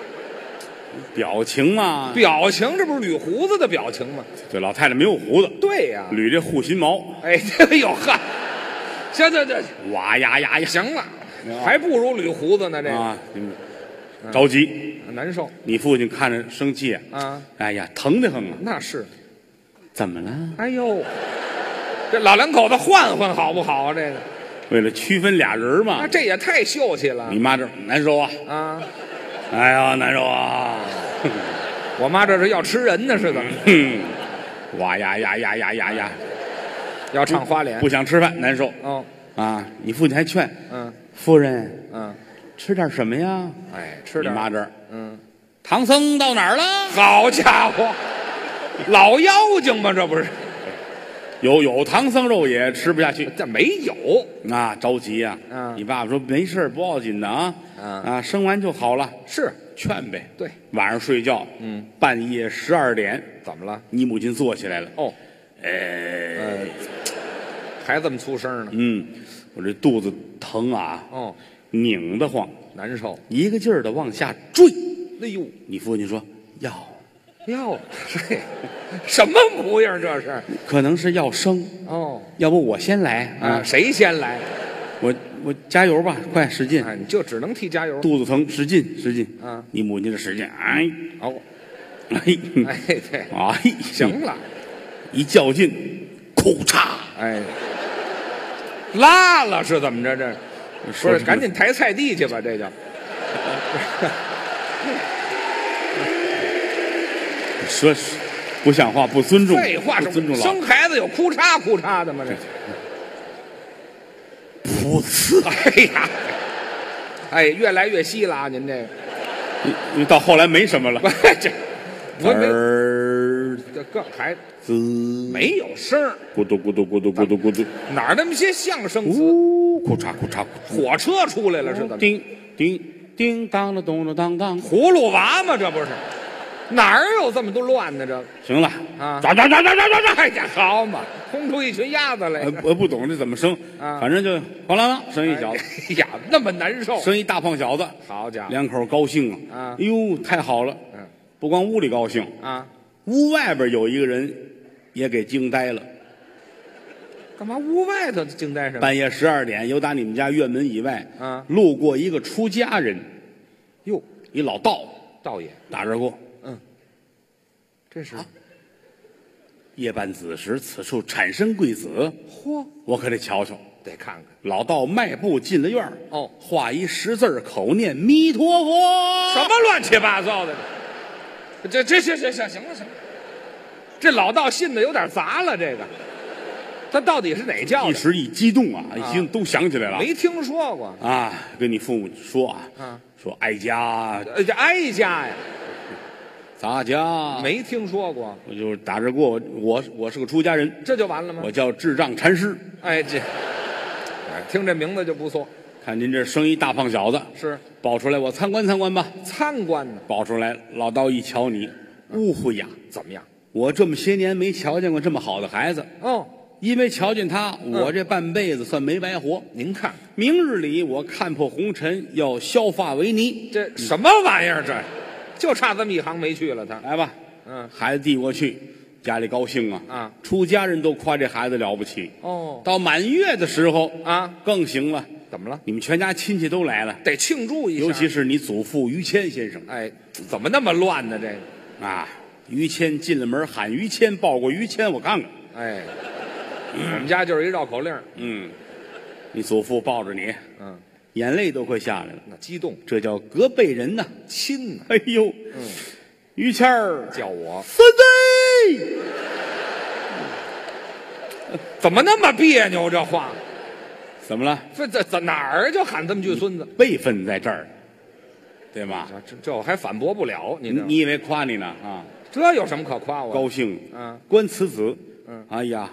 Speaker 1: 表情嘛，
Speaker 2: 表情这不是捋胡子的表情吗？
Speaker 1: 对，老太太没有胡子，
Speaker 2: 对呀、
Speaker 1: 捋这护心毛，
Speaker 2: 哎，这个有汗，行行行，
Speaker 1: 哇呀呀呀
Speaker 2: 行了
Speaker 1: 行，
Speaker 2: 还不如捋胡子呢，这个
Speaker 1: 啊！你们着急，
Speaker 2: 难受
Speaker 1: 你父亲看着生气啊，
Speaker 2: 啊，
Speaker 1: 哎呀，疼得很啊！
Speaker 2: 那是，
Speaker 1: 怎么了？
Speaker 2: 哎呦，这老两口子换换好不好啊？这个
Speaker 1: 为了区分俩人嘛
Speaker 2: 啊，，这也太秀气了
Speaker 1: 你妈这难受啊，
Speaker 2: 啊！
Speaker 1: 哎呀，难受啊！
Speaker 2: 我妈这是要吃人呢，是怎么着？
Speaker 1: 哼，哇呀呀呀呀呀呀！
Speaker 2: 要唱花脸
Speaker 1: 不？想吃饭，难受
Speaker 2: 哦，
Speaker 1: 啊！你父亲还劝
Speaker 2: 嗯
Speaker 1: 夫人
Speaker 2: 嗯，
Speaker 1: 吃点什么呀？
Speaker 2: 哎，吃
Speaker 1: 你
Speaker 2: 点
Speaker 1: 妈
Speaker 2: 儿，
Speaker 1: 这儿，
Speaker 2: 嗯，
Speaker 1: 唐僧到哪儿了？
Speaker 2: 好家伙，老妖精吗？这不是？
Speaker 1: 有有唐僧肉也吃不下去
Speaker 2: 这没有，
Speaker 1: 啊，着急呀、
Speaker 2: 嗯
Speaker 1: 你爸爸说没事儿不要紧的啊，
Speaker 2: 嗯
Speaker 1: 啊，生完就好了，
Speaker 2: 是
Speaker 1: 劝呗。
Speaker 2: 对，
Speaker 1: 晚上睡觉，
Speaker 2: 嗯，
Speaker 1: 半夜十二点，
Speaker 2: 怎么了？
Speaker 1: 你母亲坐起来了，
Speaker 2: 哦，
Speaker 1: 哎，
Speaker 2: 呃，还这么粗声呢？
Speaker 1: 嗯，我这肚子疼啊，
Speaker 2: 哦，
Speaker 1: 拧得慌，
Speaker 2: 难受。
Speaker 1: 一个劲儿的往下坠。
Speaker 2: 哎呦，
Speaker 1: 你父亲说要，
Speaker 2: 哟，这 什么模样这是？
Speaker 1: 可能是要生，
Speaker 2: 哦
Speaker 1: 要不我先来
Speaker 2: 啊，谁先来？
Speaker 1: 我我加油吧，快使劲，
Speaker 2: 啊，你就只能替加油。
Speaker 1: 肚子疼，使劲使劲。
Speaker 2: 啊，
Speaker 1: 你母亲就使劲，哎
Speaker 2: 哦，
Speaker 1: 哎
Speaker 2: 哎对，
Speaker 1: 哎，
Speaker 2: 行，了，
Speaker 1: 一较劲，裤嚓，
Speaker 2: 哎，拉了是怎么着？这不是赶紧抬菜地去吧？这叫
Speaker 1: 说是不像话，不尊重，
Speaker 2: 废话，
Speaker 1: 不尊重老
Speaker 2: 生孩子有哭嚓哭嚓的吗？这。
Speaker 1: 噗呲，
Speaker 2: 哎呀，哎，越来越稀了啊！您这个，
Speaker 1: 因为到后来没什么了。
Speaker 2: 这我没
Speaker 1: 儿
Speaker 2: 这更还
Speaker 1: 子
Speaker 2: 没有声儿，
Speaker 1: 咕嘟咕嘟咕嘟咕嘟咕嘟，
Speaker 2: 哪儿那么些相声词？
Speaker 1: 呜，裤嚓裤嚓裤
Speaker 2: 火车出来了是怎
Speaker 1: 嚓，
Speaker 2: 么？
Speaker 1: 叮叮叮当了咚了当当。
Speaker 2: 葫芦娃吗？这不是？哪儿有这么多乱的？这
Speaker 1: 行了
Speaker 2: 啊
Speaker 1: 抓抓抓抓抓抓抓。
Speaker 2: 哎呀，好嘛，轰出一群鸭子来哎
Speaker 1: 呃！我不懂这怎么生，
Speaker 2: 啊
Speaker 1: 反正就哗啦啦生一小子，
Speaker 2: 哎呀，那么难受。
Speaker 1: 生一大胖小子，
Speaker 2: 好家伙，
Speaker 1: 两口高兴啊
Speaker 2: 啊！
Speaker 1: 哎呦，太好了！
Speaker 2: 嗯
Speaker 1: 不光屋里高兴，
Speaker 2: 啊，
Speaker 1: 屋外边有一个人也给惊呆了。
Speaker 2: 嗯干嘛屋外头惊呆什么？
Speaker 1: 半夜十二点，由打你们家院门以外，
Speaker 2: 啊
Speaker 1: 路过一个出家人，
Speaker 2: 哟，
Speaker 1: 一老道
Speaker 2: 道爷，
Speaker 1: 打这儿过。
Speaker 2: 这
Speaker 1: 啊
Speaker 2: 是
Speaker 1: 夜半子时，此处产生贵子，
Speaker 2: 嚯，
Speaker 1: 我可得瞧瞧。
Speaker 2: 得看看
Speaker 1: 老道迈步进了院儿
Speaker 2: 哦
Speaker 1: 画一十字儿口念弥陀佛。
Speaker 2: 什？么乱七八糟的？这这这这这行了行了，这老道信的有点杂了。这个，他到底是哪教
Speaker 1: 一
Speaker 2: 的？
Speaker 1: 时一激动啊，一激动都想起来了
Speaker 2: 没听说过。
Speaker 1: 啊！跟你父母说啊，
Speaker 2: 啊
Speaker 1: 说哀家
Speaker 2: 呃，这哀家呀，
Speaker 1: 咱家，
Speaker 2: 没听说过，
Speaker 1: 我就是打着过我我我是个出家人，
Speaker 2: 这就完了吗
Speaker 1: 我？叫智障禅师。
Speaker 2: 哎，这，哎听这名字就不错，
Speaker 1: 看您这生一大胖小子，
Speaker 2: 是
Speaker 1: 抱出来我参观参观吧。
Speaker 2: 参观呢，
Speaker 1: 抱出来，老道一瞧你，呜呼呀！
Speaker 2: 怎么样？
Speaker 1: 我这么些年没瞧见过这么好的孩子，
Speaker 2: 哦，
Speaker 1: 因为瞧见他，
Speaker 2: 嗯
Speaker 1: 我这半辈子算没白活。
Speaker 2: 您看
Speaker 1: 明日里我看破红尘，要削发为尼。
Speaker 2: 这什么玩意儿？这就差这么一行没去了，他，
Speaker 1: 来吧，
Speaker 2: 嗯，
Speaker 1: 孩子递过去，家里高兴啊
Speaker 2: 啊！
Speaker 1: 出家人都夸这孩子了不起。
Speaker 2: 哦，
Speaker 1: 到满月的时候
Speaker 2: 啊，
Speaker 1: 更行了，
Speaker 2: 怎么了？
Speaker 1: 你们全家亲戚都来了，
Speaker 2: 得庆祝一下，
Speaker 1: 尤其是你祖父于谦先生
Speaker 2: 哎，怎么那么乱呢？这个。
Speaker 1: 啊。于谦进了门，喊于谦，抱过于谦，我看看。
Speaker 2: 哎，我们家就是一绕口令儿，
Speaker 1: 嗯，你祖父抱着你，
Speaker 2: 嗯，
Speaker 1: 眼泪都快下来了，
Speaker 2: 那激动
Speaker 1: 这叫隔辈人呐。
Speaker 2: 亲呢，
Speaker 1: 哎呦，
Speaker 2: 嗯
Speaker 1: 于谦儿，
Speaker 2: 叫我
Speaker 1: 孙子，
Speaker 2: 怎么那么别扭？这话，
Speaker 1: 怎么了？
Speaker 2: 这这这哪儿啊就喊这么句孙子？
Speaker 1: 辈分在这儿，对吗？
Speaker 2: 啊这这我还反驳不了，你
Speaker 1: 你
Speaker 2: 知道吗
Speaker 1: 你以为夸你呢啊？
Speaker 2: 这有什么可夸我的？
Speaker 1: 高兴，
Speaker 2: 嗯，
Speaker 1: 观此子，
Speaker 2: 嗯，
Speaker 1: 哎呀，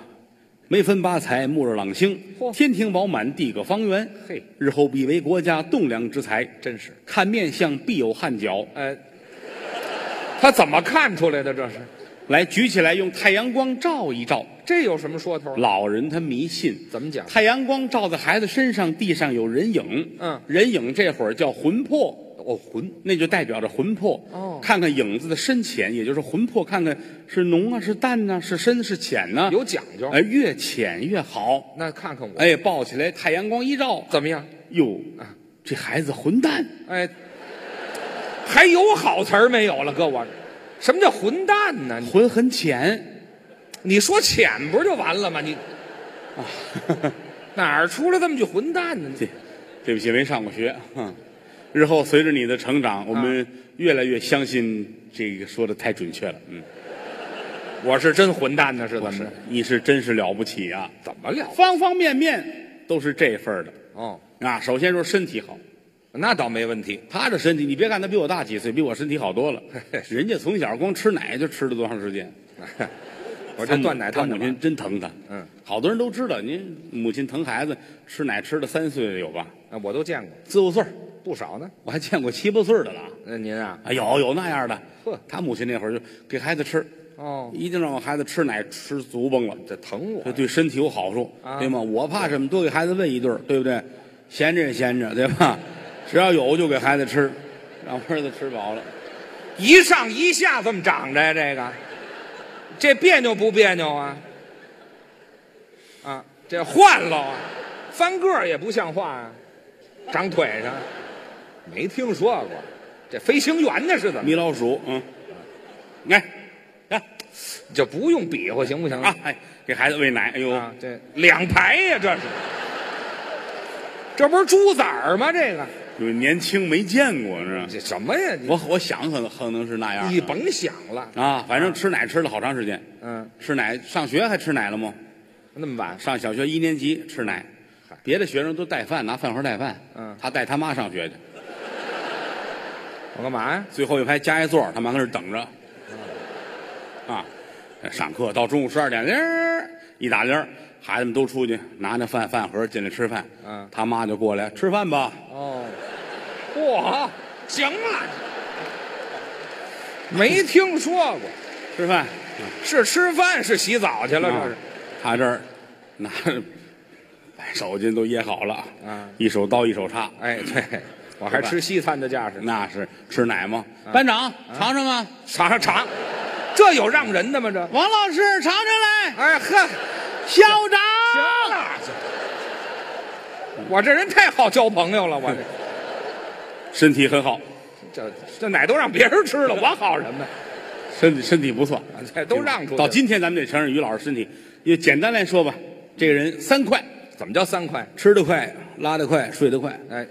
Speaker 1: 眉分八彩，目若朗星，
Speaker 2: 嚯
Speaker 1: 天庭饱满，地阁方圆，
Speaker 2: 嘿，
Speaker 1: 日后必为国家栋梁之才。
Speaker 2: 真是，
Speaker 1: 看面相必有汗脚，
Speaker 2: 哎，他怎么看出来的？这是，
Speaker 1: 来举起来，用太阳光照一照。
Speaker 2: 这有什么说头？
Speaker 1: 老人他迷信，
Speaker 2: 怎么讲？
Speaker 1: 太阳光照在孩子身上，地上有人影，
Speaker 2: 嗯
Speaker 1: 人影这会儿叫魂魄，
Speaker 2: 哦，魂，
Speaker 1: 那就代表着魂魄。
Speaker 2: 哦
Speaker 1: 看看影子的深浅，也就是魂魄，看看是浓啊，是淡呐、是深是浅呐、
Speaker 2: 有讲究。
Speaker 1: 哎，越浅越好。
Speaker 2: 那看看我
Speaker 1: 哎，抱起来，太阳光一照，
Speaker 2: 怎么样？
Speaker 1: 哟
Speaker 2: 啊，
Speaker 1: 这孩子混蛋，
Speaker 2: 哎，还有好词儿没有了，哥我，什么叫混蛋呢？你
Speaker 1: 魂很浅，
Speaker 2: 你说浅不是就完了吗？你哪儿出来这么句混蛋 呢？
Speaker 1: 对，对不起，没上过学。哼，日后随着你的成
Speaker 2: 嗯
Speaker 1: 长，我们越来越相信这个说的太准确了。嗯，
Speaker 2: 我是真混蛋呢，是怎么
Speaker 1: 是
Speaker 2: 着？，
Speaker 1: 你是真是了不起啊，
Speaker 2: 怎么了？
Speaker 1: 方方面面都是这份儿的
Speaker 2: 哦，
Speaker 1: 啊。首先说身体好。
Speaker 2: 那倒没问题。
Speaker 1: 他的身体，你别看他比我大几岁，比我身体好多了。人家从小光吃奶就吃了多长时间？
Speaker 2: 我
Speaker 1: 他
Speaker 2: 这
Speaker 1: 母
Speaker 2: 断奶
Speaker 1: 他
Speaker 2: 断的
Speaker 1: 母亲真疼他。
Speaker 2: 嗯，
Speaker 1: 好多人都知道，您母亲疼孩子，吃奶吃到三岁有吧？
Speaker 2: 啊，我都见过
Speaker 1: 四五岁儿，
Speaker 2: 不少呢。
Speaker 1: 我还见过七八岁儿的了。
Speaker 2: 那您啊，
Speaker 1: 啊，有有那样的。
Speaker 2: 呵
Speaker 1: 他母亲那会儿就给孩子吃，
Speaker 2: 哦，
Speaker 1: 一定让我孩子吃奶吃足崩了，
Speaker 2: 这疼我
Speaker 1: 这对身体有好处，
Speaker 2: 啊
Speaker 1: 对吗？我怕什么？多给孩子喂一顿儿，对不对？闲着也闲着，对吧？只要有就给孩子吃，让儿子吃饱了。
Speaker 2: 一上一下这么长着呀，这个，这别扭不别扭啊？啊，这换了啊，翻个儿也不像话啊，长腿上，没听说过，这飞行员呢是怎么？
Speaker 1: 米老鼠，嗯，哎，哎
Speaker 2: 你就不用比划行不行
Speaker 1: 啊，哎，给孩子喂奶，哎呦，
Speaker 2: 嗯啊，这两排呀、这是，这不是猪崽儿吗？这个
Speaker 1: 就是年轻没见过，是吧？
Speaker 2: 这什么呀？你
Speaker 1: 我我想可能可能是那样的。
Speaker 2: 你甭想了，
Speaker 1: 啊，反正吃奶吃了好长时间，
Speaker 2: 嗯，
Speaker 1: 吃奶上学还吃奶了吗？
Speaker 2: 那么晚，
Speaker 1: 上小学一年级吃奶
Speaker 2: 嗨，
Speaker 1: 别的学生都带饭，拿饭盒带饭，
Speaker 2: 嗯
Speaker 1: 他带他妈上学去，
Speaker 2: 我干嘛呀？
Speaker 1: 最后一排加一座，他妈搁那儿等着，啊，上课到中午十二点铃儿一打铃儿，孩子们都出去拿着饭饭盒进来吃饭，
Speaker 2: 嗯
Speaker 1: 他妈就过来吃饭吧，
Speaker 2: 哦，嚯， 行了，没听说过，
Speaker 1: 吃饭，啊
Speaker 2: 是吃饭是洗澡去了这是？
Speaker 1: 他这儿拿着把手巾都掖好了，
Speaker 2: 嗯
Speaker 1: 一手刀一手叉，
Speaker 2: 哎，对，我还吃西餐的架势，
Speaker 1: 那是吃奶吗？
Speaker 2: 嗯
Speaker 1: 班长尝尝吧，
Speaker 2: 尝尝尝，这有让人的吗？这，
Speaker 1: 王老师尝尝来，
Speaker 2: 哎呵。
Speaker 1: 校
Speaker 2: 行
Speaker 1: 长。
Speaker 2: 了，我这人太好交朋友了， 我
Speaker 1: 身体很好，
Speaker 2: 这这这奶都让别人吃了，我好什么呀？
Speaker 1: 身体身体不错，啊
Speaker 2: 这哎都让出去了
Speaker 1: 到今天咱们得承认于老师身体，也简单来说吧，这个人三快：
Speaker 2: 怎么叫三块？
Speaker 1: 吃得快，拉得快，睡得快。
Speaker 2: 哎，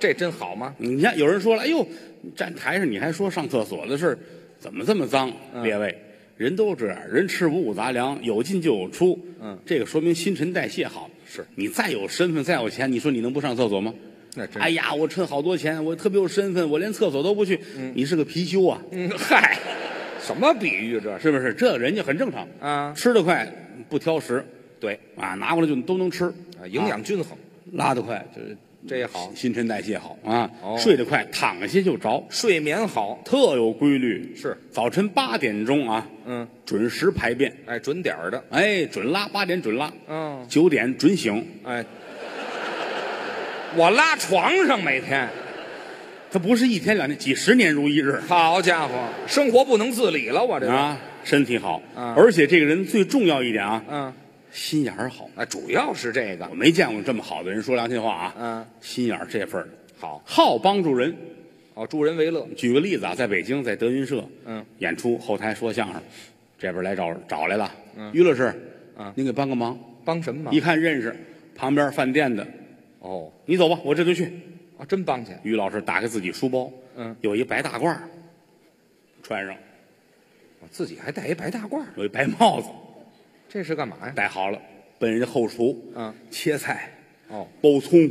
Speaker 2: 这真好吗？
Speaker 1: 你看，有人说了，哎呦，站台上你还说上厕所的事儿，怎么这么脏？
Speaker 2: 嗯
Speaker 1: 列位，人都这样，人吃五谷杂粮，有进就有出。
Speaker 2: 嗯，
Speaker 1: 这个说明新陈代谢好。
Speaker 2: 是
Speaker 1: 你再有身份，再有钱，你说你能不上厕所吗？
Speaker 2: 那真
Speaker 1: 哎呀，我趁好多钱，我特别有身份，我连厕所都不去。你是个貔貅啊，
Speaker 2: 嗯，嗨，什么比喻这是？
Speaker 1: 是不是？这人家很正常
Speaker 2: 啊
Speaker 1: 吃得快，不挑食
Speaker 2: 对
Speaker 1: 啊，拿过来就都能吃
Speaker 2: 啊，营养均衡，
Speaker 1: 拉得快，就是
Speaker 2: 这也好，
Speaker 1: 新陈代谢好啊，
Speaker 2: 哦
Speaker 1: 睡得快，躺下就着，
Speaker 2: 睡眠好，
Speaker 1: 特有规律。
Speaker 2: 是
Speaker 1: 早晨八点钟啊，
Speaker 2: 嗯，
Speaker 1: 准时排便，
Speaker 2: 哎，准点儿的，
Speaker 1: 哎，准拉八点准拉，
Speaker 2: 嗯，
Speaker 1: 九点准醒。
Speaker 2: 哎，我拉床上每天，
Speaker 1: 他不是一天两天，几十年如一日
Speaker 2: 好家伙，生活不能自理了，我这个，
Speaker 1: 啊，身体好
Speaker 2: 啊，
Speaker 1: 而且这个人最重要一点啊，
Speaker 2: 嗯，
Speaker 1: 心眼儿好。
Speaker 2: 哎，主要是这个
Speaker 1: 我，没见过这么好的人，说良心话啊，
Speaker 2: 嗯，
Speaker 1: 心眼儿这份儿的
Speaker 2: 好，
Speaker 1: 好帮助人。
Speaker 2: 哦，助人为乐，
Speaker 1: 举个例子啊，在北京，在德云社，
Speaker 2: 嗯，
Speaker 1: 演出后台说相声，这边来找找来了，嗯，于老师，
Speaker 2: 嗯
Speaker 1: 您给帮个忙，
Speaker 2: 帮什么忙
Speaker 1: 一？看认识，旁边饭店的，
Speaker 2: 哦，
Speaker 1: 你走吧，我这就去。
Speaker 2: 啊，真帮去，
Speaker 1: 于老师打开自己书包，
Speaker 2: 嗯，
Speaker 1: 有一白大褂儿，穿上，
Speaker 2: 我自己还带一白大褂儿，
Speaker 1: 有一白帽子，
Speaker 2: 这是干嘛呀？
Speaker 1: 戴好了，奔人家后厨，
Speaker 2: 嗯，
Speaker 1: 切菜、
Speaker 2: 哦，
Speaker 1: 剥葱，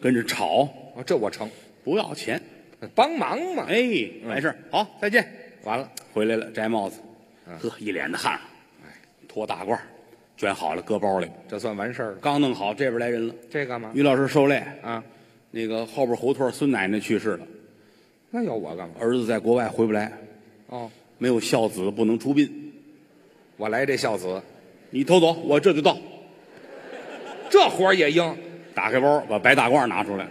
Speaker 1: 跟着炒，
Speaker 2: 哦，这我成，
Speaker 1: 不要钱，
Speaker 2: 帮忙嘛。
Speaker 1: 哎，
Speaker 2: 嗯
Speaker 1: 完事儿，好，再见。
Speaker 2: 完了，
Speaker 1: 回来了，摘帽子，
Speaker 2: 嗯
Speaker 1: 呵，一脸的汗，
Speaker 2: 哎
Speaker 1: 脱大褂儿，卷好了，搁包里。
Speaker 2: 这算完事儿了。
Speaker 1: 刚弄好，这边来人了，
Speaker 2: 这干嘛
Speaker 1: 于老师受累，
Speaker 2: 啊？
Speaker 1: 那个后边胡同孙奶奶去世了，
Speaker 2: 那要我干嘛？
Speaker 1: 儿子在国外回不来，
Speaker 2: 哦，
Speaker 1: 没有孝子不能出殡。
Speaker 2: 我来这孝子，
Speaker 1: 你偷走，我这就到。
Speaker 2: 这活儿也应，
Speaker 1: 打开包，把白大褂拿出来，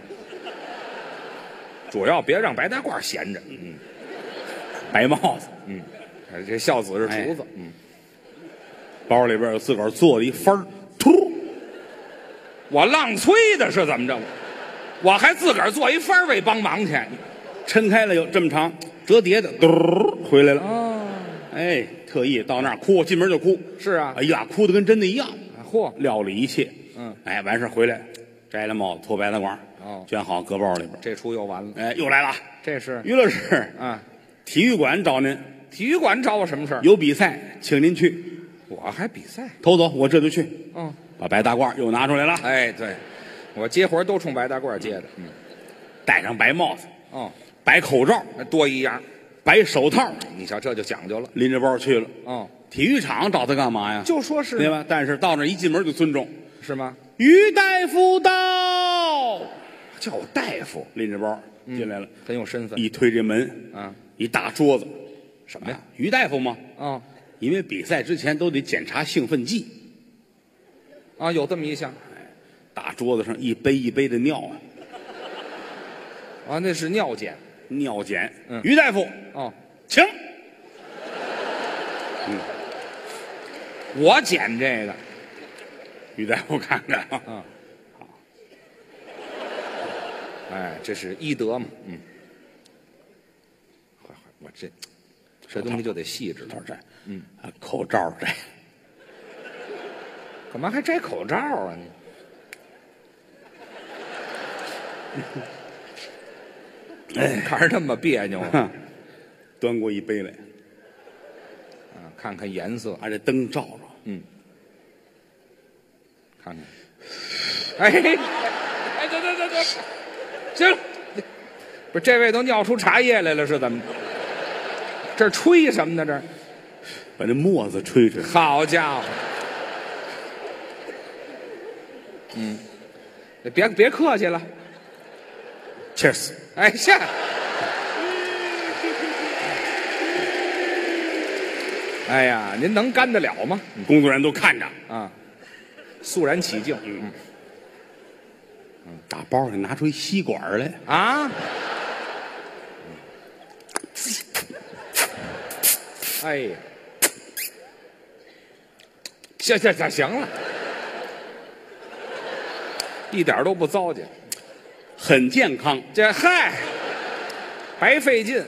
Speaker 2: 主要别让白大褂闲着。嗯，
Speaker 1: 白帽子，
Speaker 2: 哎这孝子是厨子，嗯，
Speaker 1: 包里边有自个儿做的一幡儿，突，
Speaker 2: 我浪催的是怎么着？我还自个儿做一番儿为帮忙去。
Speaker 1: 抻开了有这么长，折叠的，嘟儿回来了。
Speaker 2: 哦，
Speaker 1: 哎，特意到那儿哭，进门就哭。
Speaker 2: 是啊
Speaker 1: 哎呀，哭的跟真的一样。
Speaker 2: 嚯，
Speaker 1: 料理一切。
Speaker 2: 嗯，
Speaker 1: 哎，完事儿回来，摘了帽子，脱白大褂，
Speaker 2: 哦
Speaker 1: 卷好搁包里边。
Speaker 2: 这出又完了。
Speaker 1: 哎，又来了啊，
Speaker 2: 这是
Speaker 1: 于老师，
Speaker 2: 啊，
Speaker 1: 体育馆找您
Speaker 2: 体育馆找我什么事儿？
Speaker 1: 有比赛，请您去。
Speaker 2: 我还比赛。
Speaker 1: 偷走，我这就去。
Speaker 2: 嗯。
Speaker 1: 把白大褂又拿出来了，
Speaker 2: 哎，对，我接活儿都冲白大褂接的。嗯，
Speaker 1: 戴上白帽子，
Speaker 2: 哦，
Speaker 1: 白口罩，
Speaker 2: 那多一样，
Speaker 1: 白手套，
Speaker 2: 你瞧这就讲究了。
Speaker 1: 拎着包去了。
Speaker 2: 哦，
Speaker 1: 体育场找他干嘛呀？
Speaker 2: 就说是
Speaker 1: 对吧？但是到那儿一进门就尊重，
Speaker 2: 是吗？
Speaker 1: 于大夫到，
Speaker 2: 叫我大夫，
Speaker 1: 拎着包
Speaker 2: 嗯
Speaker 1: 进来了，
Speaker 2: 很有身份
Speaker 1: 一推这门，
Speaker 2: 啊。
Speaker 1: 一大桌子，
Speaker 2: 什么呀
Speaker 1: 啊？于大夫吗？
Speaker 2: 哦，
Speaker 1: 因为比赛之前都得检查兴奋剂，
Speaker 2: 啊，有这么一项，
Speaker 1: 打桌子上一杯一杯的尿啊，
Speaker 2: 啊，那是尿检
Speaker 1: 尿检。
Speaker 2: 嗯
Speaker 1: 于大夫，
Speaker 2: 哦，
Speaker 1: 请。
Speaker 2: 我检这个，
Speaker 1: 于大夫看看啊，
Speaker 2: 嗯，哎，这是医德嘛，嗯，快快，我这这东西就得细致了
Speaker 1: 他，说这，嗯，口罩这，
Speaker 2: 干嘛还摘口罩啊你？哎看着那么别扭啊，
Speaker 1: 哼， 端过一杯来，
Speaker 2: 啊看看颜色，
Speaker 1: 把这灯照着，
Speaker 2: 看看。哎，哎，得得得得，行了，不是这位都尿出茶叶来了是怎么？这吹什么呢？这
Speaker 1: 把这沫子吹吹，
Speaker 2: 好家伙，嗯，你嗯别别客气了，
Speaker 1: 切死。
Speaker 2: 哎下。哎呀，您能干得了吗？
Speaker 1: 工作人员都看着，
Speaker 2: 啊，肃然起敬。
Speaker 1: 打包里拿出一吸管来，
Speaker 2: 啊！哎呀，行行行行了，一点都不糟践。
Speaker 1: 很健康。
Speaker 2: 这嗨，白费劲，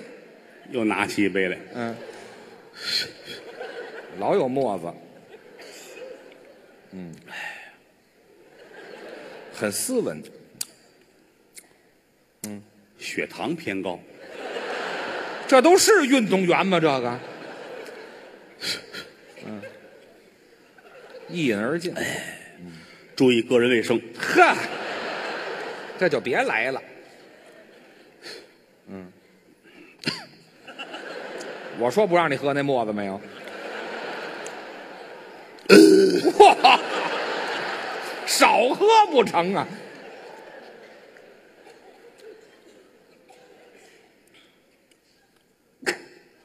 Speaker 1: 又拿起一杯来，
Speaker 2: 嗯，老有沫子，嗯，嗯很斯文，
Speaker 1: 血糖偏高，
Speaker 2: 这都是运动员吗？这个，嗯，一饮而尽。
Speaker 1: 注意个人卫生。
Speaker 2: 呵，这就别来了。嗯， 我说不让你喝那沫子没有？哇，少喝不成啊！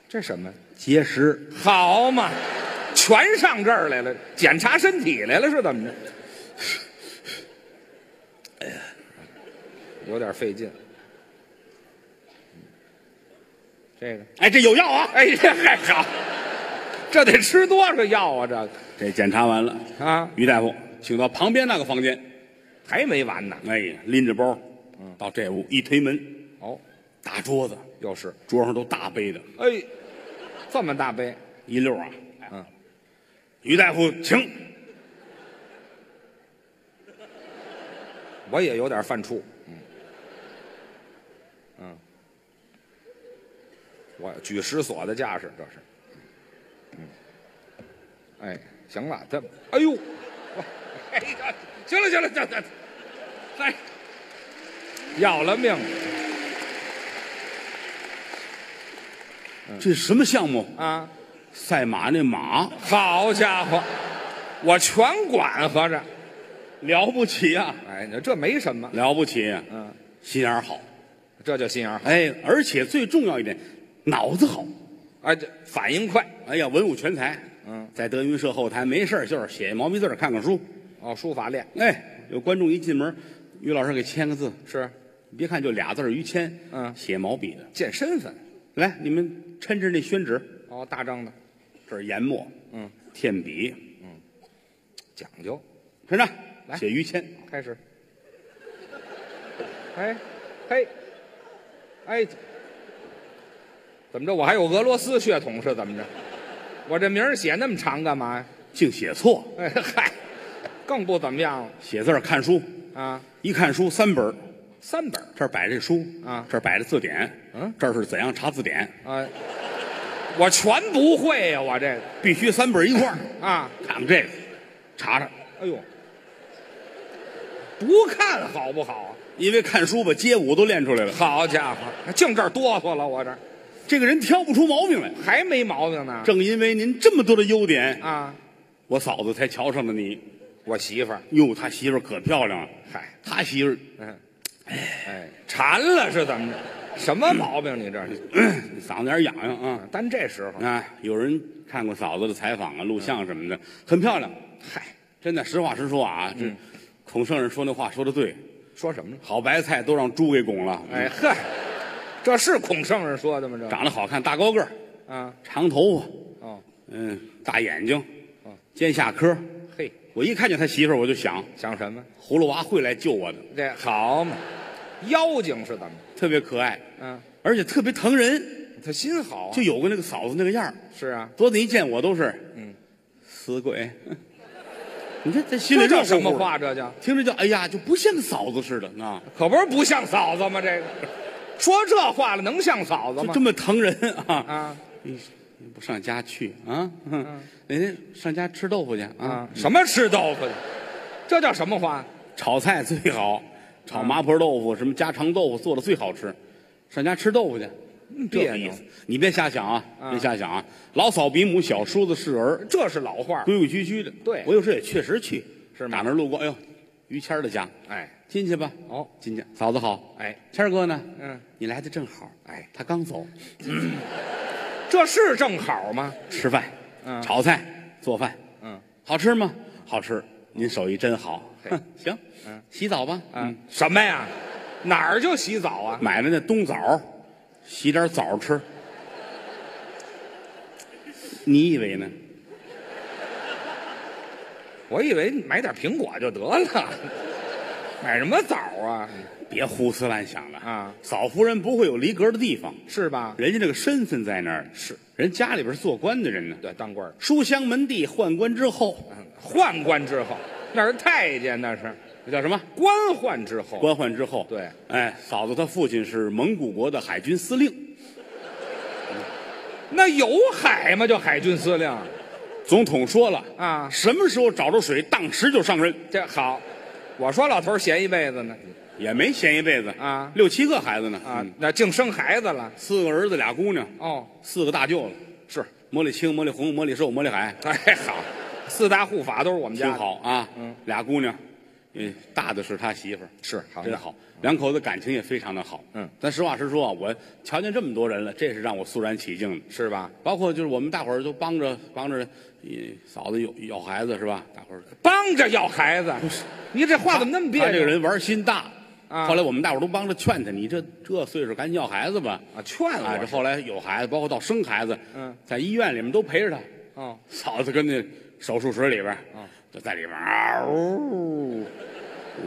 Speaker 2: 这什么？
Speaker 1: 节食，
Speaker 2: 好嘛，全上这儿来了，检查身体来了是怎么着？哎有点费劲。这个，
Speaker 1: 哎，这有药啊！
Speaker 2: 哎呀，还好，这得吃多少药啊？这个
Speaker 1: 这检查完了，
Speaker 2: 啊，
Speaker 1: 于大夫请到旁边那个房间，
Speaker 2: 还没完呢。
Speaker 1: 哎，拎着包，到这屋一推门，
Speaker 2: 哦，
Speaker 1: 大桌子，
Speaker 2: 又是，
Speaker 1: 桌上都大杯的，
Speaker 2: 哎，这么大杯，
Speaker 1: 一溜啊。
Speaker 2: 嗯，
Speaker 1: 于大夫，请。
Speaker 2: 我也有点犯怵。嗯，嗯，我举石锁的架势，这是。嗯，哎，行了，这，哎呦，我哎呀行了行了，这这，哎，要了命
Speaker 1: 这什么项目？
Speaker 2: 啊！
Speaker 1: 赛马那马
Speaker 2: 好家伙，我全管合着。
Speaker 1: 了不起啊，
Speaker 2: 哎，你这没什么，
Speaker 1: 了不起！啊
Speaker 2: 嗯，
Speaker 1: 心眼儿好，
Speaker 2: 这叫心眼儿好。
Speaker 1: 哎，而且最重要一点，脑子好。
Speaker 2: 哎，这反应快
Speaker 1: 哎呀，文武全才。
Speaker 2: 嗯，
Speaker 1: 在德云社后台没事儿就是写毛笔字儿，看看书。
Speaker 2: 哦，书法练
Speaker 1: 哎，有观众一进门，于老师给签个字，
Speaker 2: 是
Speaker 1: 别看就俩字儿于谦，
Speaker 2: 嗯
Speaker 1: 写毛笔的。
Speaker 2: 见身份
Speaker 1: 来，你们抻着那宣纸，
Speaker 2: 哦，大张的
Speaker 1: 这是研墨，
Speaker 2: 嗯，
Speaker 1: 添笔，
Speaker 2: 讲究。
Speaker 1: 看着
Speaker 2: 来
Speaker 1: 写于谦，
Speaker 2: 开始。哎，嘿，哎，怎么着？我还有俄罗斯血统是怎么着？我这名儿写那么长干嘛呀？
Speaker 1: 竟写错，
Speaker 2: 哎嗨，更不怎么样了
Speaker 1: 写字儿看书，
Speaker 2: 啊！
Speaker 1: 一看书三本儿，
Speaker 2: 三本儿
Speaker 1: 这儿摆这书
Speaker 2: 啊
Speaker 1: 这儿摆着字典，
Speaker 2: 嗯，
Speaker 1: 这儿是怎样查字典，
Speaker 2: 啊，我全不会呀、我这个
Speaker 1: 必须三本儿一块儿。
Speaker 2: 啊，
Speaker 1: 看看这个，查查，
Speaker 2: 哎呦，不看好不好啊？
Speaker 1: 因为看书吧，街舞都练出来了。
Speaker 2: 好家伙，净这儿哆嗦了，我这儿
Speaker 1: 这个人挑不出毛病来。
Speaker 2: 还没毛病呢
Speaker 1: 正因为您这么多的优点，
Speaker 2: 啊！
Speaker 1: 我嫂子才瞧上了你。
Speaker 2: 我媳妇儿，
Speaker 1: 哟，他媳妇儿可漂亮了，
Speaker 2: 嗨。
Speaker 1: 他媳妇儿
Speaker 2: 嗯，哎，馋了是怎么着？什么毛病？你这是？
Speaker 1: 嗓子眼儿痒痒啊。
Speaker 2: 但这时候，
Speaker 1: 啊，有人看过嫂子的采访啊、录像什么的，很漂亮。
Speaker 2: 嗨，嗯
Speaker 1: 真的，实话实说啊，这孔圣人说那话说的对，
Speaker 2: 说什么呢？
Speaker 1: 好白菜都让猪给拱了。
Speaker 2: 哎呵，这是孔圣人说的吗？
Speaker 1: 长得好看，大高个儿，
Speaker 2: 这啊，
Speaker 1: 长头发，
Speaker 2: 哦，
Speaker 1: 嗯，大眼睛
Speaker 2: 嗯，
Speaker 1: 尖下颏。
Speaker 2: 嘿，
Speaker 1: 我一看见他媳妇儿，我就想，
Speaker 2: 想什么？
Speaker 1: 葫芦娃会来救我的，
Speaker 2: 这好嘛，妖精是怎么？
Speaker 1: 特别可爱，
Speaker 2: 嗯，
Speaker 1: 而且特别疼人，
Speaker 2: 他心好啊，
Speaker 1: 就有个那个嫂子那个样儿。
Speaker 2: 是啊，
Speaker 1: 多子一见我都是，
Speaker 2: 嗯，
Speaker 1: 死鬼， 你这这心里
Speaker 2: 这
Speaker 1: 热
Speaker 2: 叫
Speaker 1: 乎
Speaker 2: 什
Speaker 1: 乎的？
Speaker 2: 么话？这叫
Speaker 1: 听着就哎呀，就不像个嫂子似的啊，
Speaker 2: 可不是不像嫂子吗？这个说这话了，能像嫂子
Speaker 1: 就
Speaker 2: 吗
Speaker 1: 这？么疼 人啊！
Speaker 2: 啊
Speaker 1: 你你不上家去啊？ 嗯，哪天上家吃豆腐去啊
Speaker 2: 啊？，什么吃豆腐的？这叫什么话？
Speaker 1: 炒菜最好，炒
Speaker 2: 嗯
Speaker 1: 麻婆豆腐、什么家常豆腐做的最好吃，上家吃豆腐去。这
Speaker 2: 别
Speaker 1: 个意
Speaker 2: 扭
Speaker 1: 思，你别瞎想啊！
Speaker 2: 啊
Speaker 1: 别瞎想啊！老嫂比母，小叔子是儿，
Speaker 2: 这是老话儿，
Speaker 1: 规规矩矩的。
Speaker 2: 对
Speaker 1: 我有时候也确实去，
Speaker 2: 是吗
Speaker 1: 打那儿路过，哎呦，于谦儿的家，
Speaker 2: 哎，
Speaker 1: 进去吧。
Speaker 2: 哦，
Speaker 1: 进去，嫂子好。
Speaker 2: 哎，
Speaker 1: 谦儿哥呢？
Speaker 2: 嗯，
Speaker 1: 你来的正好。
Speaker 2: 哎，
Speaker 1: 他刚走，
Speaker 2: 这是正好吗？
Speaker 1: 吃饭，
Speaker 2: 嗯
Speaker 1: 炒菜，做饭，
Speaker 2: 嗯，
Speaker 1: 好吃吗？好吃。您手艺真好。
Speaker 2: 嘿
Speaker 1: 哼行，
Speaker 2: 嗯，
Speaker 1: 洗澡吧。
Speaker 2: 啊，什么呀？哪儿就洗澡啊？
Speaker 1: 买了那冬枣，洗点枣吃。 你以为呢？
Speaker 2: 我以为你买点苹果就得了， 买什么枣啊？
Speaker 1: 别胡思乱想了
Speaker 2: 啊！
Speaker 1: 嫂夫人不会有离格的地方，
Speaker 2: 是吧？
Speaker 1: 人家这个身份在那儿，
Speaker 2: 是
Speaker 1: 人家里边是做官的人呢。
Speaker 2: 对，当官儿
Speaker 1: 书香门第，宦官之后，
Speaker 2: 嗯宦官之后，那是太监，那是
Speaker 1: 这叫什么？
Speaker 2: 官宦之后。
Speaker 1: 官宦之后。
Speaker 2: 对，
Speaker 1: 哎，嫂子她父亲是蒙古国的海军司令，
Speaker 2: 那有海吗？就海军司令
Speaker 1: 总统说了，
Speaker 2: 啊，
Speaker 1: 什么时候找着水，当时就上任，
Speaker 2: 这好。我说老头儿闲一辈子呢，
Speaker 1: 也没闲一辈子
Speaker 2: 啊
Speaker 1: 六七个孩子呢
Speaker 2: 啊
Speaker 1: 嗯，
Speaker 2: 那净生孩子了。
Speaker 1: 四个儿子俩姑娘，
Speaker 2: 哦，
Speaker 1: 四个大舅了，
Speaker 2: 是，
Speaker 1: 魔力青、魔力红、魔力寿、魔力海，
Speaker 2: 哎好，四大护法都是我们家
Speaker 1: 挺
Speaker 2: 的。
Speaker 1: 好啊，
Speaker 2: 嗯，
Speaker 1: 俩姑娘，嗯，大的是他媳妇儿，
Speaker 2: 是好
Speaker 1: 真好，两口子感情也非常的好，
Speaker 2: 嗯，
Speaker 1: 咱实话实说啊，我瞧见这么多人了，这是让我肃然起敬的。
Speaker 2: 是吧？
Speaker 1: 包括就是我们大伙儿都帮着帮着，呃嫂子有有孩子是吧？大伙儿
Speaker 2: 帮着要孩子，你这话怎么那么别
Speaker 1: 他
Speaker 2: 扭？
Speaker 1: 这个人玩心大。
Speaker 2: 啊
Speaker 1: 后来我们大伙儿都帮着劝他，你这这岁数赶紧要孩子吧。
Speaker 2: 啊，劝
Speaker 1: 啊，
Speaker 2: 我
Speaker 1: 这后来有孩子，包括到生孩子，
Speaker 2: 嗯，
Speaker 1: 在医院里面都陪着他。
Speaker 2: 哦，
Speaker 1: 嫂子跟那手术室里边，啊，就在里边嗷，呜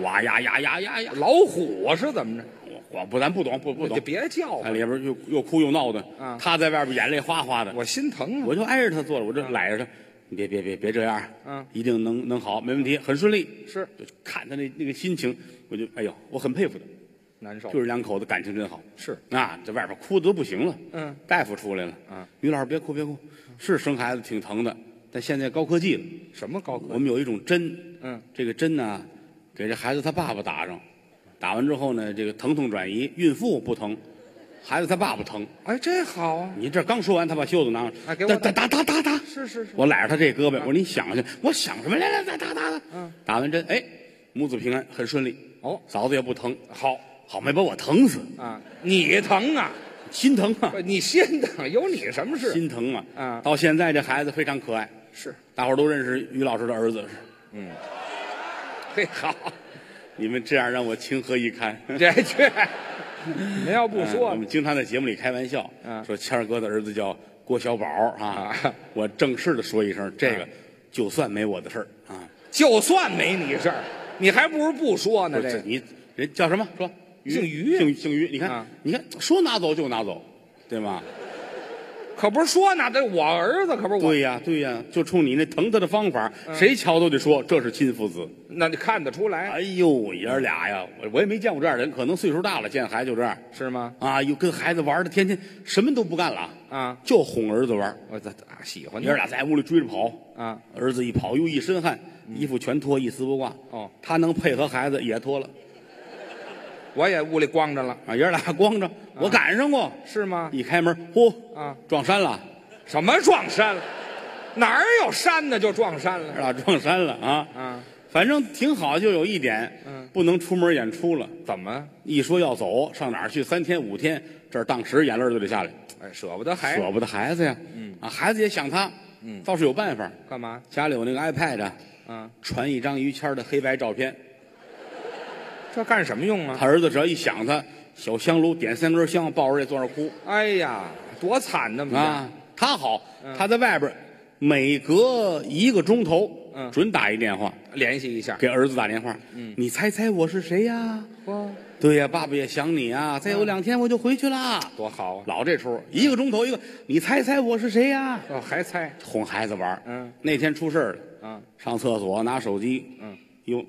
Speaker 1: 哇呀呀呀呀呀！
Speaker 2: 老虎啊是怎么着？
Speaker 1: 我我不咱不懂不不
Speaker 2: 你
Speaker 1: 懂
Speaker 2: 就，别叫
Speaker 1: 在
Speaker 2: 我，
Speaker 1: 里边又又哭又闹的
Speaker 2: 嗯，
Speaker 1: 他在外边眼泪哗哗的，
Speaker 2: 我心疼啊。
Speaker 1: 我就挨着他坐着，我就揽着他，你别别别别这样，
Speaker 2: 嗯
Speaker 1: 一定能能好，没问题，很顺利。
Speaker 2: 是
Speaker 1: 就看他那那个心情，我就哎呦，我很佩服他，
Speaker 2: 难受，
Speaker 1: 就是两口子感情真好。
Speaker 2: 是
Speaker 1: 啊，这外边哭的都不行了。
Speaker 2: 嗯，
Speaker 1: 大夫出来了。
Speaker 2: 嗯，
Speaker 1: 于老师别哭别哭，是生孩子挺疼的，但现在高科技了，
Speaker 2: 什么高科
Speaker 1: 我？们有一种针，
Speaker 2: 嗯，
Speaker 1: 这个针呢，给这孩子他爸爸打上，打完之后呢，这个疼痛转移，孕妇不疼，孩子他爸爸疼。
Speaker 2: 哎，这好啊，
Speaker 1: 你这刚说完，他把袖子拿上，
Speaker 2: 啊给我
Speaker 1: 打打打打打打。
Speaker 2: 是是是，
Speaker 1: 我揽着他这胳膊，我说你想去，我想什么？来来，打打打打。
Speaker 2: 嗯，
Speaker 1: 打完针，哎，母子平安，很顺利。
Speaker 2: 哦
Speaker 1: 嫂子也不疼，好，好没把我疼死，
Speaker 2: 啊，你疼啊，
Speaker 1: 心疼啊
Speaker 2: 不，你心疼，有你什么事？
Speaker 1: 心疼啊。
Speaker 2: 啊
Speaker 1: 到现在这孩子非常可爱，
Speaker 2: 是，
Speaker 1: 大伙儿都认识于老师的儿子。
Speaker 2: 嘿，好，
Speaker 1: 你们这样让我情何以堪？
Speaker 2: 这去，您要 不
Speaker 1: 嗯我
Speaker 2: 说啊
Speaker 1: 们经常在节目里开玩笑，
Speaker 2: 嗯
Speaker 1: 说谦儿哥的儿子叫郭小宝啊
Speaker 2: 啊。嗯
Speaker 1: 我正式的说一声，这个就算没我的事儿啊。
Speaker 2: 就算没你事儿，你还不如不说呢。
Speaker 1: 不是
Speaker 2: 这
Speaker 1: 你人叫什么？说
Speaker 2: 姓于
Speaker 1: 姓姓于。你看，
Speaker 2: 啊
Speaker 1: 你看，说拿走就拿走，对吗？
Speaker 2: 可不是说呢，这我儿子可不是我，
Speaker 1: 对呀，对呀，就冲你那疼他的方法，
Speaker 2: 嗯
Speaker 1: 谁瞧都得说这是亲父子。
Speaker 2: 那你看得出来
Speaker 1: 哎呦，爷儿俩呀，我我也没见过这样的人，可能岁数大了见孩子就这样
Speaker 2: 是吗？
Speaker 1: 啊，又跟孩子玩的，天天什么都不干了
Speaker 2: 啊，
Speaker 1: 就哄儿子玩。
Speaker 2: 我这啊喜欢你
Speaker 1: 爷儿俩在屋里追着跑，
Speaker 2: 啊，
Speaker 1: 儿子一跑又一身汗，衣服全脱，一丝不挂。
Speaker 2: 嗯哦，
Speaker 1: 他能配合孩子也脱了
Speaker 2: 我也屋里光着了，
Speaker 1: 啊，爷儿俩光着，
Speaker 2: 嗯
Speaker 1: 我赶上过。
Speaker 2: 是吗？
Speaker 1: 一开门，嚯
Speaker 2: 啊，
Speaker 1: 撞山了，
Speaker 2: 什么撞山了？哪儿有山呢？就撞山了
Speaker 1: 是吧？撞山了啊！
Speaker 2: 啊？
Speaker 1: 反正挺好，就有一点，
Speaker 2: 嗯，
Speaker 1: 不能出门演出了。
Speaker 2: 怎么？
Speaker 1: 一说要走，上哪儿去？三天五天，这儿当时眼泪就得下来，
Speaker 2: 哎，舍不得孩子
Speaker 1: 舍不得孩子呀，嗯啊，孩子也想他，嗯，倒是有办法，
Speaker 2: 干嘛？
Speaker 1: 家里有那个 iPad，
Speaker 2: 啊，
Speaker 1: 传一张于谦儿的黑白照片，
Speaker 2: 这干什么用啊？
Speaker 1: 他儿子只要一想他，小香炉点三根香，抱着这坐那儿哭
Speaker 2: 哎呀，多惨呐！我们家
Speaker 1: 啊。他好，
Speaker 2: 嗯
Speaker 1: 他在外边每隔一个钟头，
Speaker 2: 嗯
Speaker 1: 准打一电话
Speaker 2: 联系一下，
Speaker 1: 给儿子打电话。嗯，你猜猜我是谁呀？
Speaker 2: 哇，
Speaker 1: 对呀，爸爸也想你啊，再
Speaker 2: 嗯
Speaker 1: 有两天我就回去啦。
Speaker 2: 多好啊！
Speaker 1: 老这出，一个钟头一个，你猜猜我是谁呀？
Speaker 2: 哦，还猜
Speaker 1: 哄孩子玩儿
Speaker 2: 嗯，
Speaker 1: 那天出事儿了，
Speaker 2: 啊？
Speaker 1: 上厕所拿手机，
Speaker 2: 嗯，
Speaker 1: 哟，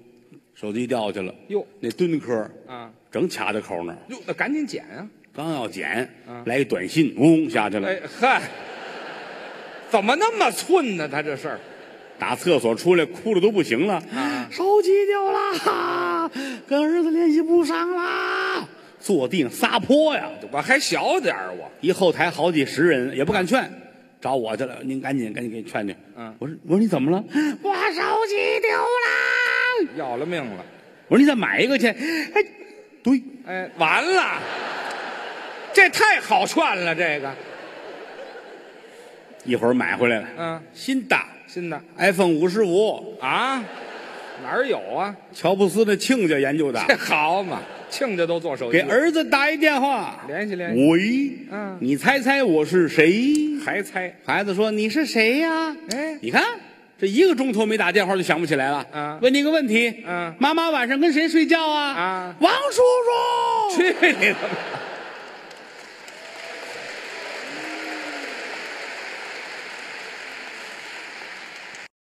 Speaker 1: 手机掉下去了，
Speaker 2: 哟
Speaker 1: 那蹲坑
Speaker 2: 啊，
Speaker 1: 正卡在口那儿，
Speaker 2: 哟，那赶紧捡啊！
Speaker 1: 刚要捡
Speaker 2: 嗯，
Speaker 1: 来一短信，嗡下去了
Speaker 2: 哎。嗨，怎么那么寸呢？他这事儿
Speaker 1: 打厕所出来，哭的都不行了，
Speaker 2: 啊
Speaker 1: 手机掉啦，跟儿子联系不上啦，坐地上撒泼呀！
Speaker 2: 我还小点儿，我
Speaker 1: 一后台好几十人也不敢劝，找我去了，您赶紧赶紧给劝劝。
Speaker 2: 嗯
Speaker 1: 我说我说你怎么了？我手机丢啦！
Speaker 2: 要了命了！
Speaker 1: 我说你再买一个去。哎，对，
Speaker 2: 哎，完了，这太好劝了，这个，
Speaker 1: 一会儿买回来了，
Speaker 2: 嗯，
Speaker 1: 新的
Speaker 2: 新的
Speaker 1: iPhone 五十五，
Speaker 2: 啊，哪儿有啊？
Speaker 1: 乔布斯的亲家研究的，
Speaker 2: 这 好嘛，亲家都做手机
Speaker 1: 给
Speaker 2: 了，
Speaker 1: 儿子打一电话，
Speaker 2: 联系联系，
Speaker 1: 喂，
Speaker 2: 嗯
Speaker 1: 你猜猜我是谁？
Speaker 2: 还猜？
Speaker 1: 孩子说：“你是谁呀？”
Speaker 2: 哎
Speaker 1: 你看这一个钟头没打电话就想不起来了。
Speaker 2: 啊
Speaker 1: 问你一个问题。
Speaker 2: 嗯
Speaker 1: 妈妈晚上跟谁睡觉啊？
Speaker 2: 啊
Speaker 1: 王叔叔。
Speaker 2: 去你的吧！